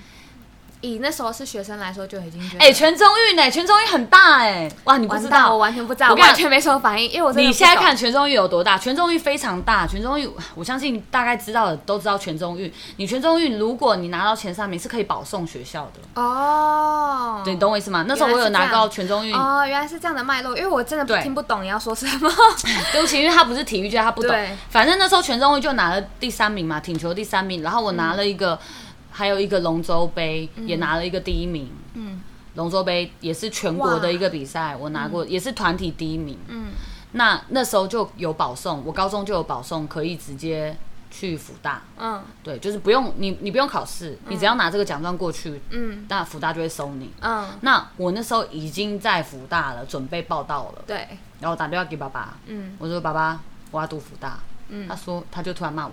Speaker 2: 以那时候是学生来说，就已经觉得
Speaker 1: 哎、全中运呢、全中运很大哎、哇，你不
Speaker 2: 嗯完
Speaker 1: 知
Speaker 2: 蛋，我
Speaker 1: 道。
Speaker 2: 完全不知道，
Speaker 1: 我
Speaker 2: 我
Speaker 1: 跟你
Speaker 2: 完全没什么反应，因为我真的
Speaker 1: 你
Speaker 2: 不
Speaker 1: 现在
Speaker 2: 懂
Speaker 1: 看全中运有多大？全中运非常大，全中运我相信大概知道的都知道全中运。你全中运如果你拿到前三名是可以保送学校的，
Speaker 2: 哦，
Speaker 1: 对，你懂我意思吗？那时候我有拿到全中运，
Speaker 2: 哦，原来是这样的脉络，因为我真的不
Speaker 1: 对
Speaker 2: 听不懂你要说什么。
Speaker 1: 对不起，因为他不是体育界，他不懂
Speaker 2: 对。
Speaker 1: 反正那时候全中运就拿了第三名嘛，挺球第三名，然后我拿了一个，还有一个龙舟杯、也拿了一个第一名。
Speaker 2: 嗯
Speaker 1: 龙舟杯也是全国的一个比赛，我拿过，也是团体第一名。
Speaker 2: 嗯，
Speaker 1: 那那时候就有保送，我高中就有保送，可以直接去辅大。
Speaker 2: 嗯
Speaker 1: 对，就是不用你，你不用考试，你只要拿这个奖状过去，
Speaker 2: 嗯
Speaker 1: 那辅大就会收你。
Speaker 2: 嗯，
Speaker 1: 那我那时候已经在辅大了，准备报到了，
Speaker 2: 对，
Speaker 1: 然后我打电话给爸爸，
Speaker 2: 嗯
Speaker 1: 我说爸爸，我要读辅大。
Speaker 2: 嗯
Speaker 1: 他说他就突然骂我，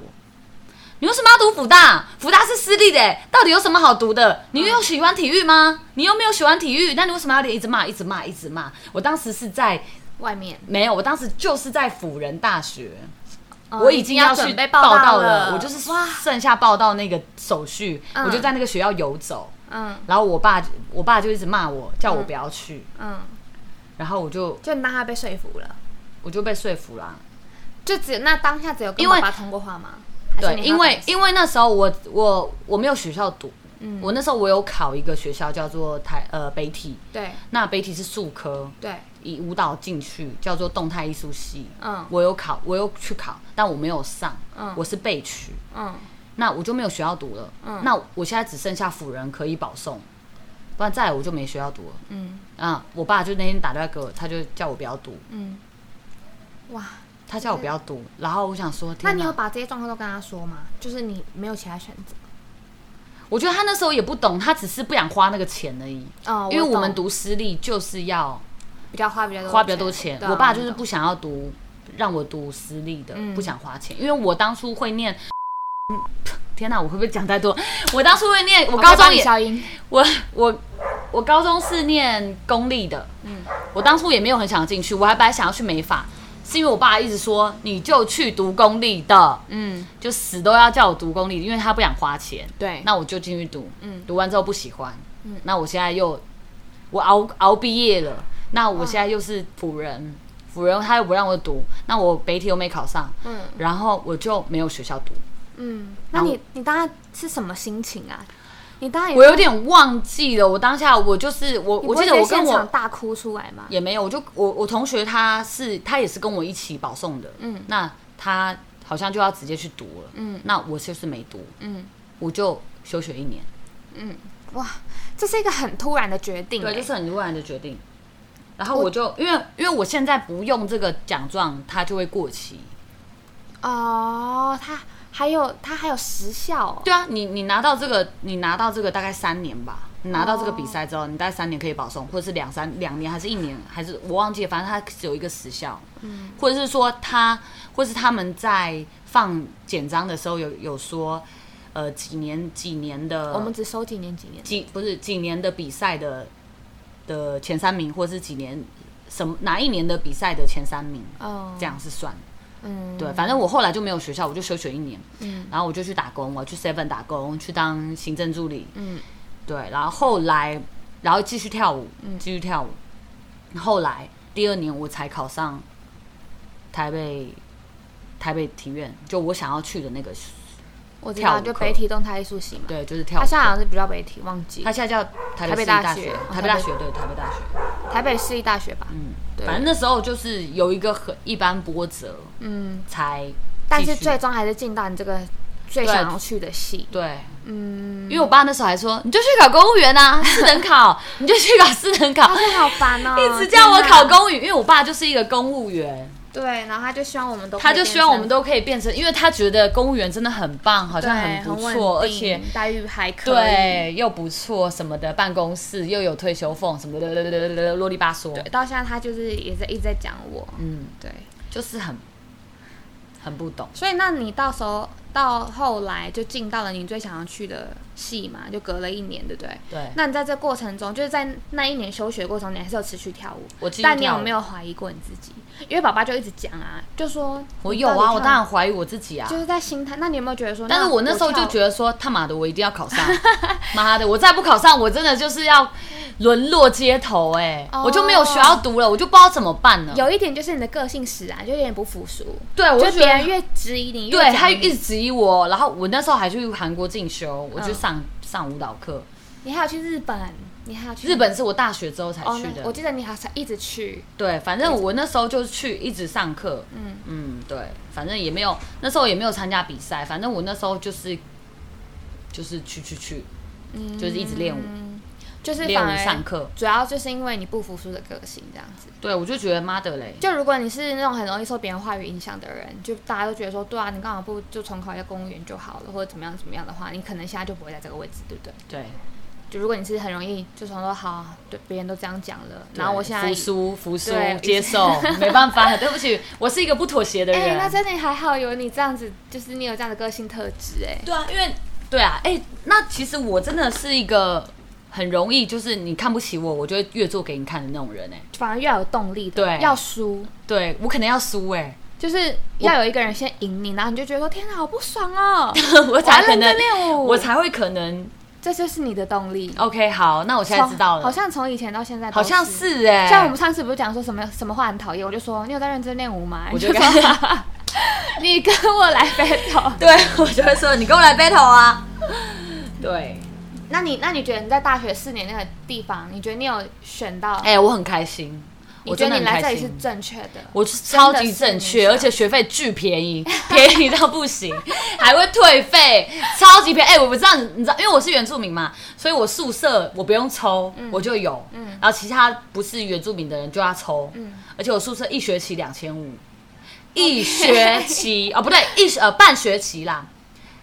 Speaker 1: 你为什么要读辅大？辅大是私立的、到底有什么好读的？你又喜欢体育吗？你又没有喜欢体育，那你为什么要一直骂、一直骂、一直骂？我当时是在
Speaker 2: 外面
Speaker 1: 没有，我当时就是在辅仁大学，
Speaker 2: 哦
Speaker 1: 我
Speaker 2: 你
Speaker 1: 已经
Speaker 2: 要
Speaker 1: 去
Speaker 2: 准备
Speaker 1: 报
Speaker 2: 到
Speaker 1: 了，我就是
Speaker 2: 哇，
Speaker 1: 剩下报到那个手续，
Speaker 2: 嗯
Speaker 1: 我就在那个学校游走，
Speaker 2: 嗯
Speaker 1: 然后我爸我爸就一直骂我，叫我不要去，
Speaker 2: 嗯，
Speaker 1: 然后我就
Speaker 2: 就那他被说服了，
Speaker 1: 我就被说服了。
Speaker 2: 就只那当下只有跟
Speaker 1: 因为
Speaker 2: 爸爸通过话吗？还是
Speaker 1: 对，
Speaker 2: 你还要
Speaker 1: 因为
Speaker 2: 考试
Speaker 1: 因为那时候我我我没有学校读，
Speaker 2: 嗯
Speaker 1: 我那时候我有考一个学校叫做台呃北体，
Speaker 2: 对
Speaker 1: 那北体是术科，
Speaker 2: 对，
Speaker 1: 以舞蹈进去叫做动态艺术系，
Speaker 2: 嗯
Speaker 1: 我有考，我有去考，但我没有上，
Speaker 2: 嗯
Speaker 1: 我是备取，
Speaker 2: 嗯
Speaker 1: 那我就没有学校读了，
Speaker 2: 嗯
Speaker 1: 那我现在只剩下辅仁可以保送，不然再来我就没学校读了。
Speaker 2: 嗯
Speaker 1: 啊、我爸就那天打电话给我，他就叫我不要读，
Speaker 2: 嗯，哇，
Speaker 1: 他叫我不要读，然后我想说，
Speaker 2: 那
Speaker 1: 天
Speaker 2: 你
Speaker 1: 哪
Speaker 2: 有把这些状况都跟他说吗？就是你没有其他选择。
Speaker 1: 我觉得他那时候也不懂，他只是不想花那个钱而已。
Speaker 2: 哦，
Speaker 1: 因为我们
Speaker 2: 懂
Speaker 1: 读私立就是要
Speaker 2: 比较花比较多
Speaker 1: 花比较多钱，
Speaker 2: 对啊
Speaker 1: 我爸就是
Speaker 2: 懂
Speaker 1: 不想要读，让我读私立的，
Speaker 2: 嗯
Speaker 1: 不想花钱，因为我当初会念。 天哪、我会不会讲太多？我当初会念，我
Speaker 2: 我
Speaker 1: 高
Speaker 2: 哦可以帮
Speaker 1: 中
Speaker 2: 你
Speaker 1: 也
Speaker 2: 消音，
Speaker 1: 我我我高中是念公立的，嗯，我当初也没有很想进去，我还本来想要去美法，是因为我爸一直说你就去读公立的，
Speaker 2: 嗯，
Speaker 1: 就死都要叫我读公立，因为他不想花钱。
Speaker 2: 对，
Speaker 1: 那我就进去读，
Speaker 2: 哎嗯
Speaker 1: 读完之后不喜欢，
Speaker 2: 嗯
Speaker 1: 那我现在又我熬熬毕业了，那我现在又是辅
Speaker 2: 嗯
Speaker 1: 仁，辅仁他又不让我读，那我北体又没考上，
Speaker 2: 嗯
Speaker 1: 然后我就没有学校读，
Speaker 2: 嗯，那
Speaker 1: 然后
Speaker 2: 你你当然是什么心情啊？你当然
Speaker 1: 我有点忘记了，我当下我就是我，
Speaker 2: 你
Speaker 1: 我
Speaker 2: 不会
Speaker 1: 记得我
Speaker 2: 在
Speaker 1: 跟
Speaker 2: 现场
Speaker 1: 我
Speaker 2: 大哭出来吗？
Speaker 1: 也没有，我就我我同学他是他也是跟我一起保送的，
Speaker 2: 嗯
Speaker 1: 那他好像就要直接去读了，
Speaker 2: 嗯
Speaker 1: 那我就是没读，
Speaker 2: 嗯
Speaker 1: 我就休学一年，
Speaker 2: 嗯，哇，这是一个很突然的决定欸、
Speaker 1: 对，就是很突然的决定。然后
Speaker 2: 我
Speaker 1: 我就因为因为我现在不用这个奖状，它就会过期。
Speaker 2: 哦，他还有他还有时效哦、
Speaker 1: 对啊，你你拿到这个，你拿到这个大概三年吧。你拿到这个比赛之后，你大概三年可以保送，或者是两三两年，还是一年，还是我忘记了，反正它只有一个时效。嗯，或者是说他，或是他们在放简章的时候有有说，呃，几年几年的，
Speaker 2: 我们只收几年几年，
Speaker 1: 几不是几年的比赛的的前三名，或是几年什么哪一年的比赛的前三名，
Speaker 2: 哦，
Speaker 1: 这，样是算。
Speaker 2: 嗯，
Speaker 1: 对，反正我后来就没有学校，我就休学一年，
Speaker 2: 嗯
Speaker 1: 然后我就去打工，我去 Seven 打工，去当行政助理。
Speaker 2: 嗯
Speaker 1: 对，然后后来，然后继续跳舞，
Speaker 2: 嗯
Speaker 1: 继续跳舞。后来第二年我才考上台北台北体院，就我想要去的那个，
Speaker 2: 我知
Speaker 1: 跳
Speaker 2: 道，
Speaker 1: 舞
Speaker 2: 就
Speaker 1: 课
Speaker 2: 北体动态艺术系嘛，
Speaker 1: 对，就是跳
Speaker 2: 他
Speaker 1: 舞。
Speaker 2: 现在好像是不叫北体，忘记
Speaker 1: 他现在叫台
Speaker 2: 台
Speaker 1: 北
Speaker 2: 北
Speaker 1: 市立
Speaker 2: 大
Speaker 1: 大
Speaker 2: 学
Speaker 1: 学
Speaker 2: 哦，
Speaker 1: 台北
Speaker 2: 台
Speaker 1: 大
Speaker 2: 北
Speaker 1: 学对，台北大学。
Speaker 2: 台北市立大学吧，
Speaker 1: 嗯，
Speaker 2: 对
Speaker 1: 反正那时候就是有一个很一般波折，
Speaker 2: 嗯，
Speaker 1: 才
Speaker 2: 但
Speaker 1: 继
Speaker 2: 是
Speaker 1: 续
Speaker 2: 最终还是进到你这个最
Speaker 1: 对
Speaker 2: 想要去的系，
Speaker 1: 对，
Speaker 2: 嗯
Speaker 1: 因，为我爸那时候还说，你就去考公务员啊，四等考， 你就去考四等考
Speaker 2: 他，是好烦 哦，
Speaker 1: 一直叫我
Speaker 2: 天哪
Speaker 1: 考，公务员，因为我爸就是一个公务员，
Speaker 2: 对，然后他就希望我们都可以
Speaker 1: 他就希望我们
Speaker 2: 变成
Speaker 1: 都可以变成，因为他觉得公务员真的很棒，好
Speaker 2: 对
Speaker 1: 像很不
Speaker 2: 稳
Speaker 1: 错，而
Speaker 2: 定
Speaker 1: 且。
Speaker 2: 待遇还可以，
Speaker 1: 对，又不错什么的，办公室又有退休俸什么的，啰里吧嗦，
Speaker 2: 对，到现在他就是也在一直在讲我，
Speaker 1: 嗯，
Speaker 2: 对，
Speaker 1: 就是很很不懂。
Speaker 2: 所以那你到时候到后来就进到了你最想要去的系嘛，就隔了一年，对不对？
Speaker 1: 对，
Speaker 2: 那你在这过程中，就是在那一年休学过程中，你还是有持续跳舞，
Speaker 1: 我继续
Speaker 2: 但你
Speaker 1: 跳
Speaker 2: 有
Speaker 1: 舞
Speaker 2: 没有怀疑过你自己？因为爸爸就一直讲啊，就说
Speaker 1: 我
Speaker 2: 你
Speaker 1: 有
Speaker 2: 到底
Speaker 1: 啊，我
Speaker 2: 跳
Speaker 1: 当然怀疑我自己啊，
Speaker 2: 就是在心态。哦那你有没有觉得说？
Speaker 1: 但是我那时候就觉得说，他妈的，我一定要考上！ 妈的，我再不考上，我真的就是要沦落街头哎、
Speaker 2: 哦
Speaker 1: 我就没有学校读了，我就不知道怎么办了
Speaker 2: 得。有一点就是你的个性使然、就有点不服输。
Speaker 1: 对，我
Speaker 2: 就
Speaker 1: 就觉
Speaker 2: 别人
Speaker 1: 得，
Speaker 2: 越质疑你，越
Speaker 1: 对
Speaker 2: 讲
Speaker 1: 他
Speaker 2: 你
Speaker 1: 一直质疑我，然后我那时候还去韩国进修，我就
Speaker 2: 嗯
Speaker 1: 上、上舞蹈课。
Speaker 2: 你还有去日本，你还有去
Speaker 1: 日本是我大学之后才
Speaker 2: 哦
Speaker 1: 去的，
Speaker 2: 那我记得你好像一直去，
Speaker 1: 对，反正我那时候就是去一直上课，
Speaker 2: 嗯
Speaker 1: 嗯，对，反正也没有那时候也没有参加比赛，反正我那时候就是就是去去去，
Speaker 2: 嗯，
Speaker 1: 就是一直练舞，
Speaker 2: 就是
Speaker 1: 练
Speaker 2: 反
Speaker 1: 舞
Speaker 2: 而
Speaker 1: 上课，
Speaker 2: 主要就是因为你不服输的个性这样子。
Speaker 1: 对我就觉得妈的嘞，
Speaker 2: 就如果你是那种很容易受别人话语影响的人，就大家都觉得说，对啊，你干嘛不就重考一下公务员就好了，或者怎么样怎么样的话，你可能现在就不会在这个位置，对不对？
Speaker 1: 对。
Speaker 2: 就如果你是很容易就从说好，对，别人都这样讲了，然后我现在
Speaker 1: 服输，服输
Speaker 2: 对，
Speaker 1: 接受， 没办法，对不起，我是一个不妥协的
Speaker 2: 哎、
Speaker 1: 人。
Speaker 2: 那真的还好有你这样子，就是你有这样的个性特质、哎，
Speaker 1: 对啊，因为对啊，哎、那其实我真的是一个很容易，就是你看不起我，我就会越做给你看的那种人、哎，
Speaker 2: 反而要有动力的，
Speaker 1: 对
Speaker 2: 要输，
Speaker 1: 对我可能要输，哎，
Speaker 2: 就是要有一个人先赢你，然后你就觉得说，天哪，好不爽哦，
Speaker 1: 我才可
Speaker 2: 我要
Speaker 1: 能
Speaker 2: 认真练舞
Speaker 1: 我才会可能。
Speaker 2: 这就是你的动力。
Speaker 1: OK，好，哦那我现在知道了，
Speaker 2: 好像从以前到现在都
Speaker 1: 好像是哎、
Speaker 2: 像我们上次不是讲说什么什么话很讨厌，我就说你有在认真练舞吗？
Speaker 1: 我
Speaker 2: 你
Speaker 1: 就
Speaker 2: 说
Speaker 1: 跟
Speaker 2: 你跟我来 battle。
Speaker 1: 对 我就会说，你跟我来 battle 啊， 对，
Speaker 2: 那你那你觉得你在大学四年那个地方，你觉得你有选到？
Speaker 1: 哎、我很开心，
Speaker 2: 你
Speaker 1: 我
Speaker 2: 觉
Speaker 1: 真
Speaker 2: 得
Speaker 1: 的
Speaker 2: 你
Speaker 1: 很
Speaker 2: 来这
Speaker 1: 开
Speaker 2: 里是
Speaker 1: 心。
Speaker 2: 正确的？
Speaker 1: 我是超级正
Speaker 2: 真的是你
Speaker 1: 确，
Speaker 2: 想
Speaker 1: 而且学费巨便宜，便宜到不行，还会退费，超级便宜。哎、我不知道，你知道，因为我是原住民嘛，所以我宿舍我不用抽，
Speaker 2: 嗯
Speaker 1: 我就有。然后其他不是原住民的人就要抽。
Speaker 2: 嗯
Speaker 1: 而且我宿舍一学期两千
Speaker 2: 哦
Speaker 1: 五，一学期哦不对，一学呃半学期啦，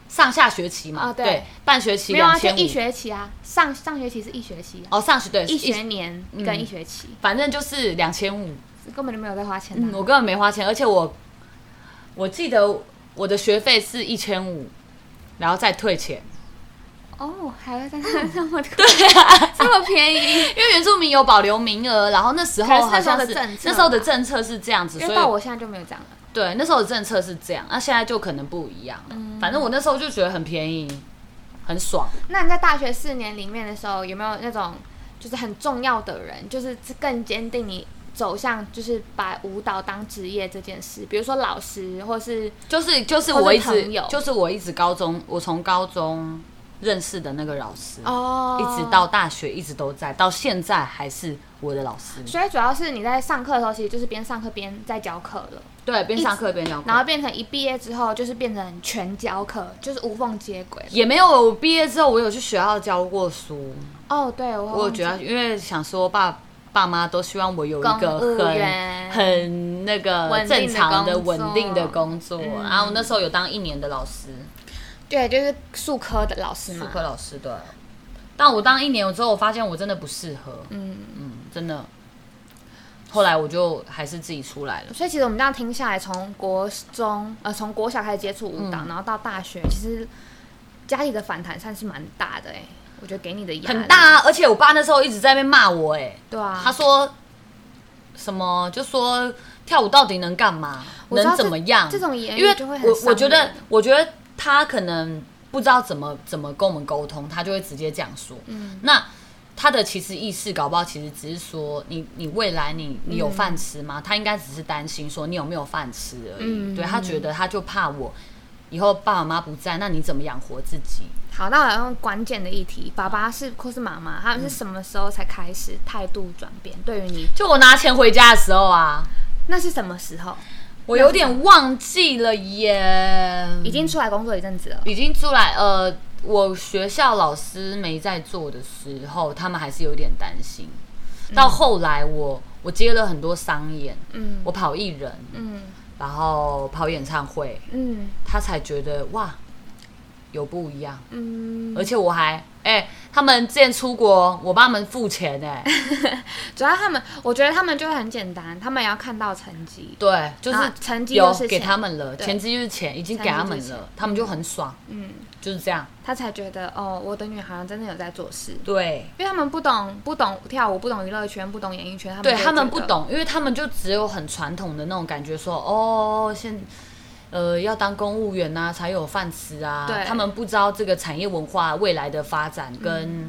Speaker 1: 上下学期嘛，
Speaker 2: 哦对
Speaker 1: 半学期
Speaker 2: 没有啊，
Speaker 1: 两
Speaker 2: 就
Speaker 1: 千五
Speaker 2: 一。学期啊，上上学期是一学期啊、
Speaker 1: 哦，上学对
Speaker 2: 一学，年跟
Speaker 1: 嗯
Speaker 2: 一学期，
Speaker 1: 反正就是两千五。
Speaker 2: 根本就没有在花钱啊
Speaker 1: 嗯，
Speaker 2: 的、
Speaker 1: 我根本没花钱，而且我我记得我的学费是一千五，然后再退钱，
Speaker 2: 哦，还会在 那那么对啊，这么便宜。
Speaker 1: 因为原住民有保留名额，然后那时候好像
Speaker 2: 可是那时候的政策
Speaker 1: 那时候的政策是这样子，
Speaker 2: 因
Speaker 1: 所
Speaker 2: 为到
Speaker 1: 以
Speaker 2: 我现在就没有这 样了。
Speaker 1: 对那时候的政策是这样，那、现在就可能不一样了。
Speaker 2: 嗯
Speaker 1: 反正我那时候就觉得很便宜，很爽。
Speaker 2: 那你在大学四年里面的时候，有没有那种就是很重要的人，就是更坚定你走向就是把舞蹈当职业这件事？比如说老师，或是
Speaker 1: 就是就是
Speaker 2: 或是
Speaker 1: 我一
Speaker 2: 朋
Speaker 1: 直
Speaker 2: 友
Speaker 1: 就是我一直高中，我从高中认识的那个老师，
Speaker 2: 哦
Speaker 1: 一直到大学一直都在，到现在还是我的老师。
Speaker 2: 所以主要是你在上课的时候，其实就是边上课边在教课了，
Speaker 1: 对，边上课边聊。
Speaker 2: 然后变成一毕业之后就是变成全教课，就是无缝接轨。
Speaker 1: 也没有，我毕业之后我有去学校教过书，
Speaker 2: 哦，对，我
Speaker 1: 我有觉
Speaker 2: 忘
Speaker 1: 得
Speaker 2: 记
Speaker 1: 因为想说爸爸妈都希望我有一个
Speaker 2: 公务
Speaker 1: 很
Speaker 2: 员
Speaker 1: 很那个
Speaker 2: 稳定
Speaker 1: 正
Speaker 2: 的
Speaker 1: 常的
Speaker 2: 工作
Speaker 1: 稳定的工作，啊
Speaker 2: 嗯
Speaker 1: 然后我那时候有当一年的老师，
Speaker 2: 对，就是数科的老师
Speaker 1: 数
Speaker 2: 嘛。
Speaker 1: 科老师对。但我当一年之后，我发现我真的不适合，
Speaker 2: 嗯，
Speaker 1: 嗯，真的。后来我就还是自己出来了。
Speaker 2: 所以其实我们这样听下来，从国中呃，从国小开始接触舞蹈，
Speaker 1: 嗯
Speaker 2: 然后到大学，其实家里的反弹算是蛮大的哎、我觉得给你的压力
Speaker 1: 很大、啊，而且我爸那时候一直在那边骂我、哎、
Speaker 2: 对啊，
Speaker 1: 他说什么就说跳舞到底能干嘛，
Speaker 2: 我知道
Speaker 1: 能怎么样？
Speaker 2: 这这种言
Speaker 1: 因为
Speaker 2: 语就会很
Speaker 1: 我我
Speaker 2: 伤
Speaker 1: 觉得
Speaker 2: 人，
Speaker 1: 我觉得他可能不知道怎么怎么跟我们沟通，他就会直接这样说。
Speaker 2: 嗯，
Speaker 1: 那他的其实意识搞不好，其实只是说你你未来你你有饭吃吗？他应该只是担心说你有没有饭吃而已。
Speaker 2: 嗯
Speaker 1: 对他觉得他就怕我以后爸爸妈妈不在，那你怎么养活自己？
Speaker 2: 好，那我要用关键的议题，爸爸是或是妈妈，他们是什么时候才开始态度转变？对于你，
Speaker 1: 就我拿钱回家的时候啊，
Speaker 2: 那是什么时候？
Speaker 1: 我有点忘记了耶，
Speaker 2: 已经出来工作一阵子了，
Speaker 1: 已经出来呃。我学校老师没在做的时候，他们还是有点担心。到后来我，我接了很多商演，
Speaker 2: 嗯
Speaker 1: 我跑艺人，
Speaker 2: 嗯
Speaker 1: 然后跑演唱会，
Speaker 2: 嗯
Speaker 1: 他才觉得哇，有不一样。
Speaker 2: 嗯，
Speaker 1: 而且我还哎、他们之前出国，我帮他们付钱 哎、
Speaker 2: 主要他们，我觉得他们就会很简单，他们也要看到成绩，
Speaker 1: 对，就是
Speaker 2: 啊成绩
Speaker 1: 有
Speaker 2: 就是
Speaker 1: 给
Speaker 2: 钱
Speaker 1: 他们了，
Speaker 2: 对
Speaker 1: 前期就是钱，已经给
Speaker 2: 成绩
Speaker 1: 他
Speaker 2: 就
Speaker 1: 们
Speaker 2: 是
Speaker 1: 了，他们就很爽，
Speaker 2: 嗯，
Speaker 1: 就是这样。
Speaker 2: 他才觉得哦，我的女好像真的有在做事，
Speaker 1: 对，
Speaker 2: 因为他们不懂不懂跳舞，不懂娱乐圈，不懂演艺圈，他们
Speaker 1: 对
Speaker 2: 就会
Speaker 1: 他们
Speaker 2: 觉
Speaker 1: 不
Speaker 2: 得，
Speaker 1: 懂，因为他们就只有很传统的那种感觉说，哦，现呃要当公务员啊才有饭吃啊
Speaker 2: 对，
Speaker 1: 他们不知道这个产业文化未来的发展跟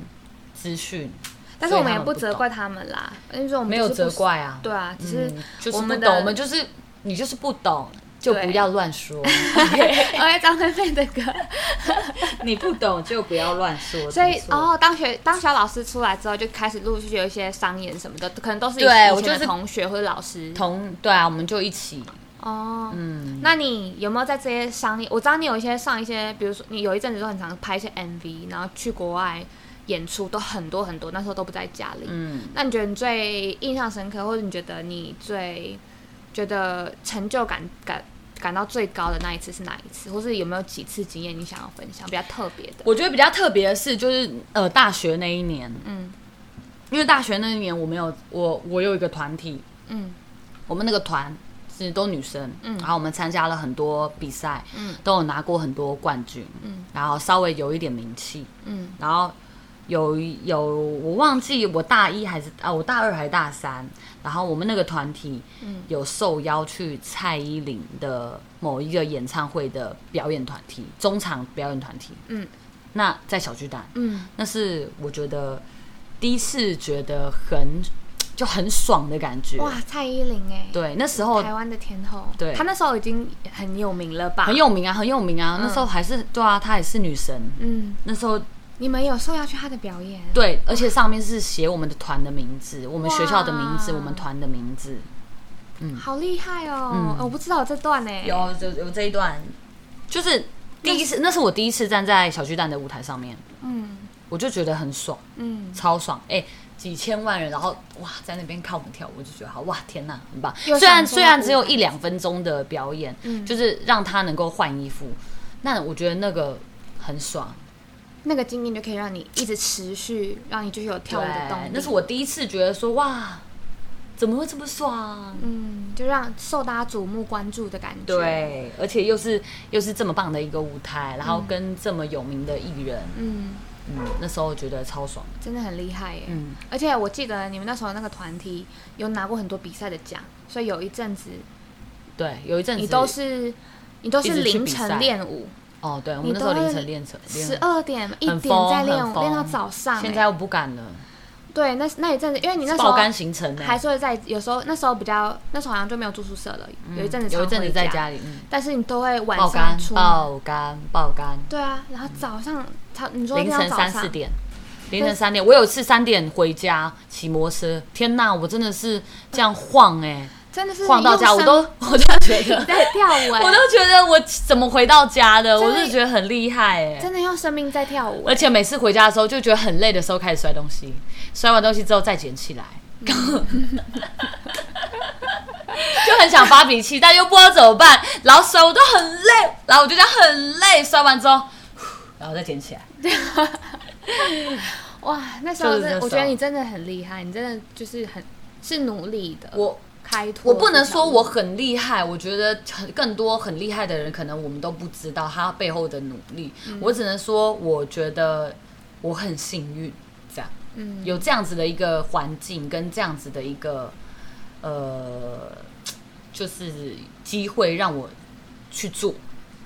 Speaker 1: 资讯，
Speaker 2: 嗯但是
Speaker 1: 所以
Speaker 2: 我
Speaker 1: 他
Speaker 2: 们也
Speaker 1: 们
Speaker 2: 不
Speaker 1: 不
Speaker 2: 责
Speaker 1: 懂
Speaker 2: 怪他们啦，因为我们
Speaker 1: 没有
Speaker 2: 就是不
Speaker 1: 责， 怪啊，
Speaker 2: 对啊，只是
Speaker 1: 嗯，就是
Speaker 2: 我
Speaker 1: 不
Speaker 2: 们
Speaker 1: 懂，
Speaker 2: 的
Speaker 1: 我们就是你就是不懂。就
Speaker 2: 对
Speaker 1: 不要乱说，
Speaker 2: 而且张惠妹的歌，
Speaker 1: 你不懂就不要乱说。
Speaker 2: 所以
Speaker 1: 没错，
Speaker 2: 哦，当学当小老师出来之后，就开始陆续有一些商演什么的，可能都是以
Speaker 1: 对
Speaker 2: 以
Speaker 1: 我就
Speaker 2: 前的
Speaker 1: 是
Speaker 2: 同学或者老师。
Speaker 1: 同对啊，我们就一起，
Speaker 2: 哦，
Speaker 1: 嗯，
Speaker 2: 那你有没有在这些商业？我知道你有一些上一些，比如说你有一阵子都很常拍一些 MV，然后去国外演出都很多很多，那时候都不在家里。
Speaker 1: 嗯，
Speaker 2: 那你觉得你最印象深刻，或者你觉得你最觉得成就感感感到最高的那一次是哪一次，或是有没有几次经验你想要分享比较特别的？
Speaker 1: 我觉得比较特别的是，就是呃，大学那一年，
Speaker 2: 嗯
Speaker 1: 因为大学那一年我没有我我有一个团体，
Speaker 2: 嗯
Speaker 1: 我们那个团是都女生，
Speaker 2: 嗯
Speaker 1: 然后我们参加了很多比赛，
Speaker 2: 嗯
Speaker 1: 都有拿过很多冠军，
Speaker 2: 嗯
Speaker 1: 然后稍微有一点名气，
Speaker 2: 嗯
Speaker 1: 然后有有我忘记我大一还是啊我大二还是大三，然后我们那个团体
Speaker 2: 嗯
Speaker 1: 有受邀去蔡依林的某一个演唱会的表演团体，中场表演团体，
Speaker 2: 嗯
Speaker 1: 那在小巨蛋，
Speaker 2: 嗯
Speaker 1: 那是我觉得第一次觉得很就很爽的感觉。
Speaker 2: 哇，蔡依林哎、
Speaker 1: 对，那时候
Speaker 2: 台湾的天后，
Speaker 1: 对
Speaker 2: 她那时候已经很有名了吧？
Speaker 1: 很，有名啊，很有名啊。
Speaker 2: 嗯
Speaker 1: 那时候还是对啊，她也是女神。
Speaker 2: 嗯，
Speaker 1: 那时候
Speaker 2: 你们有时候要去她的表演，
Speaker 1: 对，而且上面是写我们的团的名字、我们学校的名字、
Speaker 2: 哇
Speaker 1: 我们团的名字。
Speaker 2: 好厉害哦！
Speaker 1: 嗯
Speaker 2: 呃我不知道有这段欸呢、，
Speaker 1: 有有这一段，就是第一次，那是我第一次站在小巨蛋的舞台上面，
Speaker 2: 嗯
Speaker 1: 我就觉得很爽，
Speaker 2: 嗯，
Speaker 1: 超爽。哎、几千万人，然后哇，在那边看我们跳舞，我就觉得好哇，天呐，很棒。
Speaker 2: 有
Speaker 1: 虽然
Speaker 2: 想说
Speaker 1: 虽然只有
Speaker 2: 舞台
Speaker 1: 一两分钟的表演，
Speaker 2: 嗯
Speaker 1: 就是让他能够换衣服，那我觉得那个很爽。
Speaker 2: 那个经验就可以让你一直持续，让你就是有跳舞的动
Speaker 1: 对
Speaker 2: 力。
Speaker 1: 那是我第一次觉得说哇，怎么会这么啊爽？
Speaker 2: 嗯，就让受大家瞩目关注的感觉。，
Speaker 1: 对，而且又是又是这么棒的一个舞台，然后跟这么有名的艺人，
Speaker 2: 嗯，
Speaker 1: 嗯，那时候觉得超爽的。
Speaker 2: 真的很厉害耶。
Speaker 1: 嗯，
Speaker 2: 而且我记得你们那时候那个团体有拿过很多比赛的奖，所以有一阵子
Speaker 1: 对，有一阵子
Speaker 2: 你都是你都是凌晨练舞，
Speaker 1: 哦，对，我
Speaker 2: 你
Speaker 1: 们那时候
Speaker 2: 都会
Speaker 1: 凌晨练成练
Speaker 2: 十二点一
Speaker 1: 很
Speaker 2: 点
Speaker 1: 疯
Speaker 2: 在练
Speaker 1: 很
Speaker 2: 舞，
Speaker 1: 疯
Speaker 2: 练到早上耶。欸
Speaker 1: 现在我不敢了，
Speaker 2: 对，那那一阵子，因为你那时
Speaker 1: 爆
Speaker 2: 候
Speaker 1: 肝行程呢，
Speaker 2: 还是会在，有时候那时候比较，那时候好像就没有住宿舍了，有一阵子
Speaker 1: 嗯
Speaker 2: 常
Speaker 1: 有一阵子
Speaker 2: 回
Speaker 1: 在，家里，嗯，
Speaker 2: 但是你都会晚
Speaker 1: 爆
Speaker 2: 上
Speaker 1: 肝
Speaker 2: 出门。
Speaker 1: 爆肝爆肝，
Speaker 2: 对啊，然后早上他你说一
Speaker 1: 凌
Speaker 2: 定要
Speaker 1: 晨
Speaker 2: 早
Speaker 1: 三四
Speaker 2: 上，
Speaker 1: 点。凌晨三点，我有一次三点回家骑摩托车，天呐，我真的是这样晃哎、
Speaker 2: 真的是
Speaker 1: 晃到家，
Speaker 2: 用
Speaker 1: 我
Speaker 2: 生
Speaker 1: 都 我都觉
Speaker 2: 你
Speaker 1: 得，
Speaker 2: 在跳舞、欸，
Speaker 1: 我都觉得我怎么回到家的，
Speaker 2: 真
Speaker 1: 我
Speaker 2: 的
Speaker 1: 就觉得很厉害哎、
Speaker 2: 真的用生命在跳舞、
Speaker 1: 而且每次回家的时候就觉得很累的时候开始摔东西，摔完东西之后再捡起来，就很想发脾气，但又不知道怎么办，然后摔我都很累，然后我就这样很累，摔完之后，呼然后再捡起来。
Speaker 2: 哇！那时候
Speaker 1: 就是那时
Speaker 2: 真的，
Speaker 1: 候
Speaker 2: 我觉得你真的很厉害，你真的就是很是努力的。
Speaker 1: 我
Speaker 2: 开拓，
Speaker 1: 我不能说我很厉害，我觉得很更多很厉害的人，可能我们都不知道他背后的努力。我只能说，我觉得我很幸运，这样。
Speaker 2: 嗯
Speaker 1: 有这样子的一个环境跟这样子的一个呃，就是机会让我去做，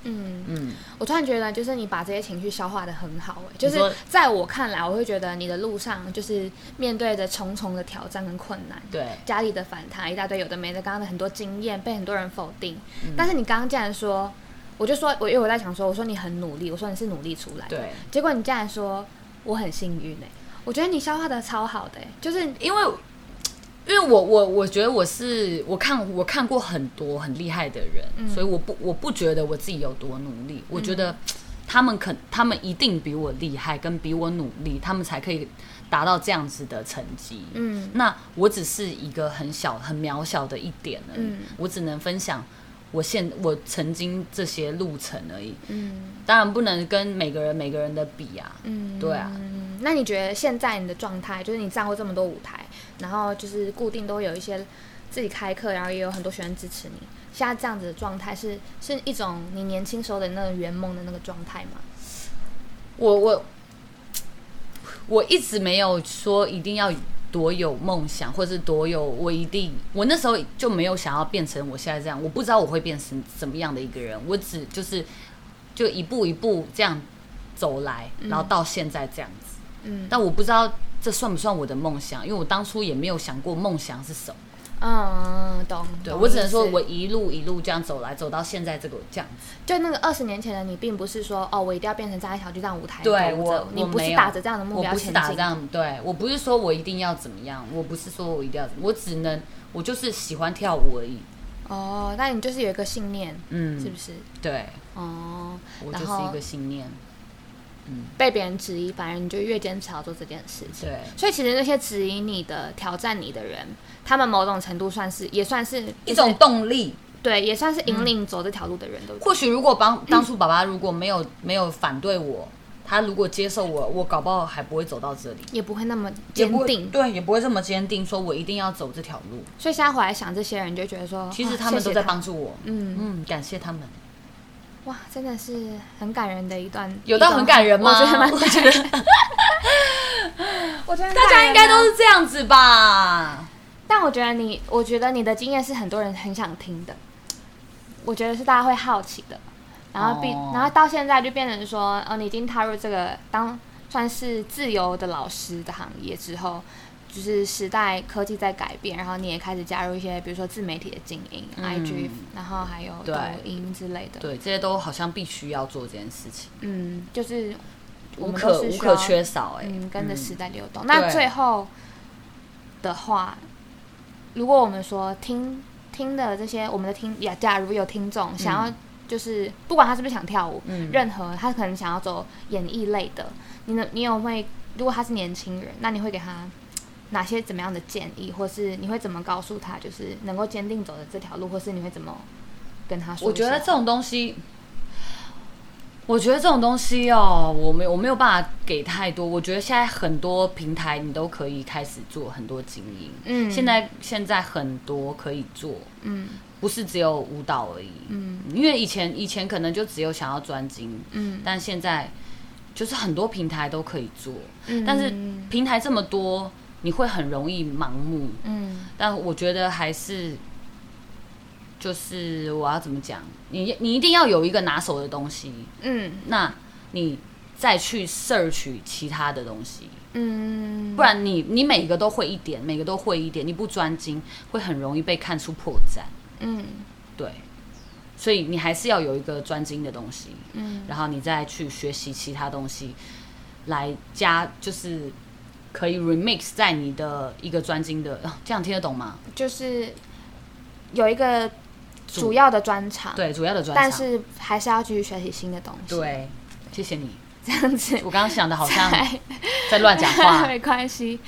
Speaker 2: 嗯，
Speaker 1: 嗯，
Speaker 2: 我突然觉得，就是你把这些情绪消化的很好、欸，就
Speaker 1: 你说
Speaker 2: 是在我看来，我会觉得你的路上就是面对着重重的挑战跟困难，
Speaker 1: 对，
Speaker 2: 家里的反弹一大堆，有的没的，刚刚的很多经验被很多人否定，
Speaker 1: 嗯
Speaker 2: 但是你刚刚竟然说，我就说，我因为我在想说，我说你很努力，我说你是努力出来的，
Speaker 1: 对，
Speaker 2: 结果你竟然说我很幸运哎、我觉得你消化的超好的、欸，就是
Speaker 1: 因为因为我我我觉得我是我看我看过很多很厉害的人，
Speaker 2: 嗯
Speaker 1: 所以我不我不觉得我自己有多努力，我觉得他们肯他们一定比我厉害，跟比我努力，他们才可以达到这样子的成绩，
Speaker 2: 嗯
Speaker 1: 那我只是一个很小、很渺小的一点而已，
Speaker 2: 嗯
Speaker 1: 我只能分享我现我曾经这些路程而已。
Speaker 2: 嗯
Speaker 1: 当然不能跟每个人每个人的比啊，
Speaker 2: 嗯，
Speaker 1: 对啊
Speaker 2: 嗯，那你觉得现在你的状态，就是你站过这么多舞台，然后就是固定都会有一些自己开课，然后也有很多学生支持你。现在这样子的状态是是一种你年轻时候的那个圆梦的那个状态吗？
Speaker 1: 我我我一直没有说一定要多有梦想，或是多有我一定，我那时候就没有想要变成我现在这样，我不知道我会变成怎么样的一个人，我只就是就一步一步这样走来，然后到现在这样子。
Speaker 2: 嗯
Speaker 1: 但我不知道这算不算我的梦想，因为我当初也没有想过梦想是什么。
Speaker 2: 嗯，懂。
Speaker 1: 对
Speaker 2: 懂
Speaker 1: 我只能说，
Speaker 2: 意思
Speaker 1: 我一路一路这样走来，走到现在这个这样子。
Speaker 2: 就那个二十年前的你，并不是说哦，我一定要变成张一小就这样舞台
Speaker 1: 对
Speaker 2: 舞
Speaker 1: 我
Speaker 2: 者，，你
Speaker 1: 我
Speaker 2: 不
Speaker 1: 没
Speaker 2: 是
Speaker 1: 有
Speaker 2: 打着这样的目标
Speaker 1: 我不
Speaker 2: 前
Speaker 1: 是打
Speaker 2: 进
Speaker 1: 这
Speaker 2: 的。
Speaker 1: 样，对我不是说我一定要怎么样，我不是说我一定要怎么，我只能我就是喜欢跳舞而已。
Speaker 2: 哦，那你就是有一个信念，
Speaker 1: 嗯，
Speaker 2: 是不是？
Speaker 1: 对
Speaker 2: 哦，
Speaker 1: 我就
Speaker 2: 然
Speaker 1: 是
Speaker 2: 后
Speaker 1: 一个信念。
Speaker 2: 被别人质疑，反而你就越坚持要做这件事情。
Speaker 1: 对，
Speaker 2: 所以其实那些质疑你的、挑战你的人，他们某种程度算是也算是
Speaker 1: 一种动力。
Speaker 2: 对，也算是
Speaker 1: 嗯
Speaker 2: 引领你走这条路的人，对不对？
Speaker 1: 或许如果帮当初爸爸如果没有没有反对我，他如果接受我，我搞不好还不会走到这里，
Speaker 2: 也不会那么
Speaker 1: 也
Speaker 2: 坚
Speaker 1: 不会
Speaker 2: 定。
Speaker 1: 对，也不会这么坚定，说我一定要走这条路。
Speaker 2: 所以现在回来想这些人，就觉得说，
Speaker 1: 其实
Speaker 2: 哇
Speaker 1: 他们
Speaker 2: 哦谢
Speaker 1: 都
Speaker 2: 谢
Speaker 1: 在
Speaker 2: 他
Speaker 1: 帮助我。
Speaker 2: 嗯，
Speaker 1: 嗯，感谢他们，
Speaker 2: 哇，真的是很感人的一段，
Speaker 1: 有到
Speaker 2: 一段
Speaker 1: 很感人吗？
Speaker 2: 我觉得蛮
Speaker 1: 我
Speaker 2: 感
Speaker 1: 觉
Speaker 2: 人
Speaker 1: 得
Speaker 2: 的。我觉 得
Speaker 1: 大家应该都
Speaker 2: 是，
Speaker 1: 是这样子吧？
Speaker 2: 但我觉得你，我觉得你的经验是很多人很想听的，我觉得是大家会好奇的，然后变，
Speaker 1: 哦
Speaker 2: 然后到现在就变成说，哦，你已经踏入这个当算是自由的老师的行业之后。就是时代科技在改变，然后你也开始加入一些，比如说自媒体的经营、
Speaker 1: 嗯
Speaker 2: i g 然后还有
Speaker 1: 对
Speaker 2: 抖音之类的。
Speaker 1: 对，这些都好像必须要做这件事情，
Speaker 2: 嗯，就是我
Speaker 1: 无
Speaker 2: 们都
Speaker 1: 可
Speaker 2: 是
Speaker 1: 无
Speaker 2: 需
Speaker 1: 可
Speaker 2: 要
Speaker 1: 缺少哎、
Speaker 2: 嗯，跟着
Speaker 1: 嗯
Speaker 2: 时代流动。那
Speaker 1: 对
Speaker 2: 最后的话，如果我们说听听的这些，我们的听呀，假如有听众想要，就是不管他是不是想跳舞，
Speaker 1: 嗯
Speaker 2: 任何他可能想要走演艺类的，你能你有会，如果他是年轻人，那你会给他哪些怎么样的建议，或是你会怎么告诉他，就是能够坚定走的这条路，或是你会怎么跟他说？
Speaker 1: 我觉得这种东西，我觉得这种东西哦，我没我没有办法给太多。我觉得现在很多平台你都可以开始做很多经营，
Speaker 2: 嗯
Speaker 1: 现在现在很多可以做，
Speaker 2: 嗯
Speaker 1: 不是只有舞蹈而已，
Speaker 2: 嗯
Speaker 1: 因为以前以前可能就只有想要专精，
Speaker 2: 嗯
Speaker 1: 但现在就是很多平台都可以做，
Speaker 2: 嗯
Speaker 1: 但是平台这么多，你会很容易盲目。
Speaker 2: 嗯
Speaker 1: 但我觉得还是，就是我要怎么讲，你你一定要有一个拿手的东西，
Speaker 2: 嗯
Speaker 1: 那你再去 search 其他的东西，
Speaker 2: 嗯，
Speaker 1: 不然你你每个都会一点，每个都会一点，你不专精，会很容易被看出破绽。
Speaker 2: 嗯
Speaker 1: 对，所以你还是要有一个专精的东西，
Speaker 2: 嗯
Speaker 1: 然后你再去学习其他东西，来加就是可以 remix 在你的一个专精的，啊这样听得懂吗？
Speaker 2: 就是有一个主要的专长，
Speaker 1: 对，主要的专长。
Speaker 2: 但是还是要继续学习新的东西，，
Speaker 1: 对，谢谢你。
Speaker 2: 这样子
Speaker 1: 我刚刚想的好像
Speaker 2: 才
Speaker 1: 在乱讲 话，
Speaker 2: 没关系。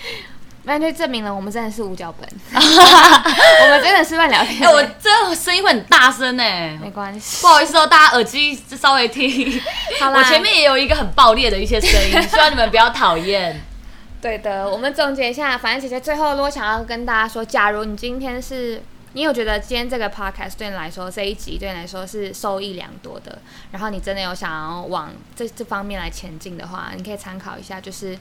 Speaker 2: 那就证明了我们真的是无脚 本，我们真的是乱聊天。
Speaker 1: 哎、我这声音会很大声哎、
Speaker 2: 没关系
Speaker 1: 不，好意思哦，大家耳机稍微听。
Speaker 2: 好啦，
Speaker 1: 我前面也有一个很爆裂的一些声 音，希望你们不要讨厌。
Speaker 2: 对的，我们总结一下，反正姐姐最后如果想要跟大家说，假如你今天是，你有觉得今天这个 podcast 对你来说这一集对你来说是受益良多的，然后你真的有想要往这这方面来前进的话，你可以参考一下，就是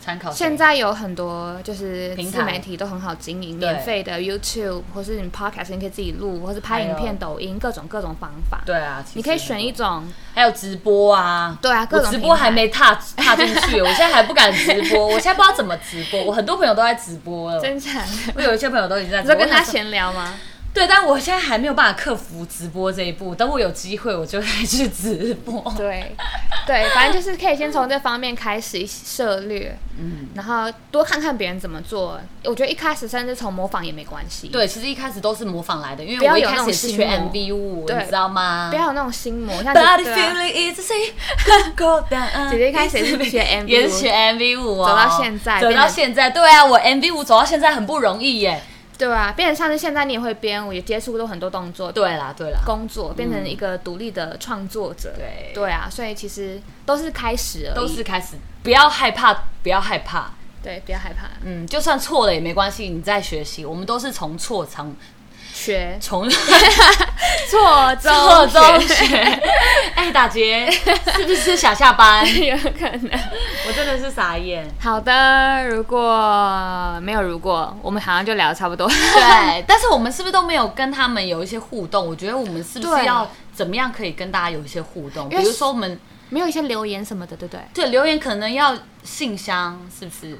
Speaker 1: 参考谁
Speaker 2: 现在有很多就是
Speaker 1: 平台
Speaker 2: 自媒体都很好经营，
Speaker 1: 对
Speaker 2: 免费的 YouTube 或是你 podcast 你可以自己录，或是拍影
Speaker 1: 还有
Speaker 2: 片、抖音各种各种方法，
Speaker 1: 对啊，其实
Speaker 2: 你可以选一种，
Speaker 1: 还有直播啊。
Speaker 2: 对啊，各
Speaker 1: 我
Speaker 2: 种
Speaker 1: 直
Speaker 2: 平
Speaker 1: 播
Speaker 2: 台
Speaker 1: 还没踏踏进去，我现在还不敢直播，我现在不知道怎么直播。我很多朋友都在直播了，
Speaker 2: 真假的，
Speaker 1: 我有一些朋友都已经在
Speaker 2: 你
Speaker 1: 直播。
Speaker 2: 说跟他
Speaker 1: 我想说
Speaker 2: 闲聊吗？
Speaker 1: 对，但我现在还没有办法克服直播这一步。等我有机会，我就会去直播。
Speaker 2: 对，对，反正就是可以先从这方面开始涉略，嗯，然后多看看别人怎么做。我觉得一开始甚至从模仿也没关系，，
Speaker 1: 对，其实一开始都是模仿来的，因
Speaker 2: 不
Speaker 1: 为
Speaker 2: 要
Speaker 1: 我一
Speaker 2: 有
Speaker 1: 开
Speaker 2: 那
Speaker 1: 始
Speaker 2: 种
Speaker 1: 也是
Speaker 2: 心
Speaker 1: 学
Speaker 2: 魔
Speaker 1: MV 舞，
Speaker 2: 对
Speaker 1: 你知道吗
Speaker 2: 不？要有那种心魔，像
Speaker 1: Body
Speaker 2: 姐对啊
Speaker 1: feeling is a sea, let go down.
Speaker 2: 姐姐一开始也是学 MV 舞
Speaker 1: 也是学 MV 舞哦，
Speaker 2: 走到现在
Speaker 1: 走
Speaker 2: 变
Speaker 1: 到
Speaker 2: 得
Speaker 1: 现在，对啊，我 MV 舞走到现在很不容易耶。
Speaker 2: 对啊，变成像是现在你也会编舞，也接触过很多动作，，
Speaker 1: 对啦，对啦，
Speaker 2: 工作变成一个独立的创作者，
Speaker 1: 嗯对
Speaker 2: 对啊，所以其实都是开始而已，
Speaker 1: 都是开始，不要害怕，不要害怕，
Speaker 2: 对，不要害怕，
Speaker 1: 嗯，就算错了也没关系，你在学习，我们都是从错从
Speaker 2: 学
Speaker 1: 从
Speaker 2: 错 中
Speaker 1: 错中
Speaker 2: 学，
Speaker 1: 学。 哎，打劫是不是想下 班？
Speaker 2: 有可能。
Speaker 1: 我真的是傻眼。
Speaker 2: 好的，如果没有如果，我们好像就聊得差不多。
Speaker 1: 对，但是我们是不是都没有跟他们有一些互动？我觉得我们是不是
Speaker 2: 对
Speaker 1: 要怎么样可以跟大家有一些互动？比
Speaker 2: 因为
Speaker 1: 如说我们
Speaker 2: 没有一些留言什么的，对不对？
Speaker 1: 对留言可能要信箱，是不是？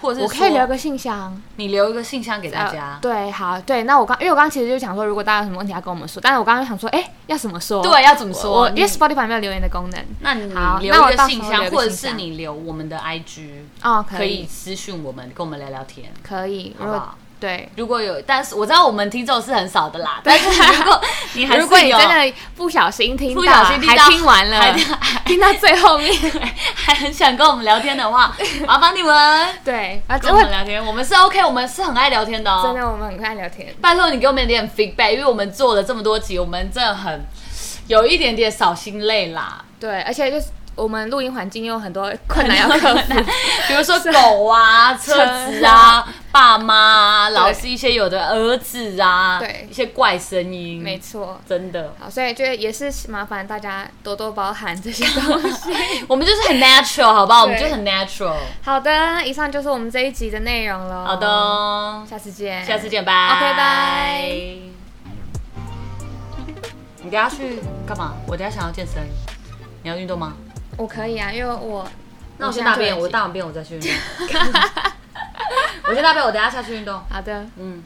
Speaker 1: 或者是
Speaker 2: 我可以
Speaker 1: 说
Speaker 2: 留个信箱，
Speaker 1: 你留一个信箱给大
Speaker 2: 呃
Speaker 1: 家。
Speaker 2: 对，好，对，那我刚，因为我刚刚其实就想说，如果大家有什么问题要跟我们说，但是我刚刚想说，哎，要怎么说？
Speaker 1: 对，要怎么
Speaker 2: 我，
Speaker 1: 说？嗯
Speaker 2: 我因为
Speaker 1: 你
Speaker 2: Spotify 没有留言的功能。
Speaker 1: 那你
Speaker 2: 好
Speaker 1: 留
Speaker 2: 那我
Speaker 1: 一个
Speaker 2: 到时
Speaker 1: 信
Speaker 2: 候
Speaker 1: 箱，
Speaker 2: 留个
Speaker 1: 或者
Speaker 2: 信
Speaker 1: 是
Speaker 2: 箱
Speaker 1: 你留我们的 IG，
Speaker 2: 哦，
Speaker 1: 可
Speaker 2: 可
Speaker 1: 以
Speaker 2: 以，
Speaker 1: 私讯我们，跟我们聊聊天，
Speaker 2: 可以，
Speaker 1: 好
Speaker 2: 如
Speaker 1: 不
Speaker 2: 果
Speaker 1: 好？
Speaker 2: 对。
Speaker 1: 如果有，但是我知道我们听众是很少的啦。 但是如果你还是有，
Speaker 2: 如果你真的不小心听
Speaker 1: 不
Speaker 2: 到，
Speaker 1: 小心听到
Speaker 2: 还听完了
Speaker 1: 还 听，
Speaker 2: 听到最后面，
Speaker 1: 还很想跟我们聊天的话，麻烦你 们
Speaker 2: 对， 啊，
Speaker 1: 跟
Speaker 2: 真
Speaker 1: 我们
Speaker 2: 的
Speaker 1: 聊天，我们是 OK，我们是很爱聊天的哦。
Speaker 2: 真的，我们很爱聊天。
Speaker 1: 拜托你给我们一点 feedback，因为我们做了这么多集，我们真的很有一点点扫心累啦。
Speaker 2: 对，而且就是我们录音环境又有很多困难要 克服，
Speaker 1: 比如说狗 啊、车子啊、爸妈啊，老师一些有的儿子啊，
Speaker 2: 对
Speaker 1: 一些怪声音，
Speaker 2: 没，错。
Speaker 1: 真 的，
Speaker 2: 好，所以就也是麻烦大家多多包涵这些东 西。
Speaker 1: 我们就是很 natural，好不好？我
Speaker 2: 对
Speaker 1: 们就是很 natural。
Speaker 2: 好的，以上就是我们这一集的内容了。
Speaker 1: 好的，哦，
Speaker 2: 下次见，
Speaker 1: 下次见，拜。
Speaker 2: OK，拜。
Speaker 1: 你等下去干嘛？我等下想要健身，你要运动吗？
Speaker 2: 我可以啊，因为我
Speaker 1: 那我先
Speaker 2: 现在
Speaker 1: 大
Speaker 2: 就
Speaker 1: 便，
Speaker 2: 已经
Speaker 1: 我大完便我再去运动。我先大便，我等下下去运动。
Speaker 2: 好的。
Speaker 1: 嗯，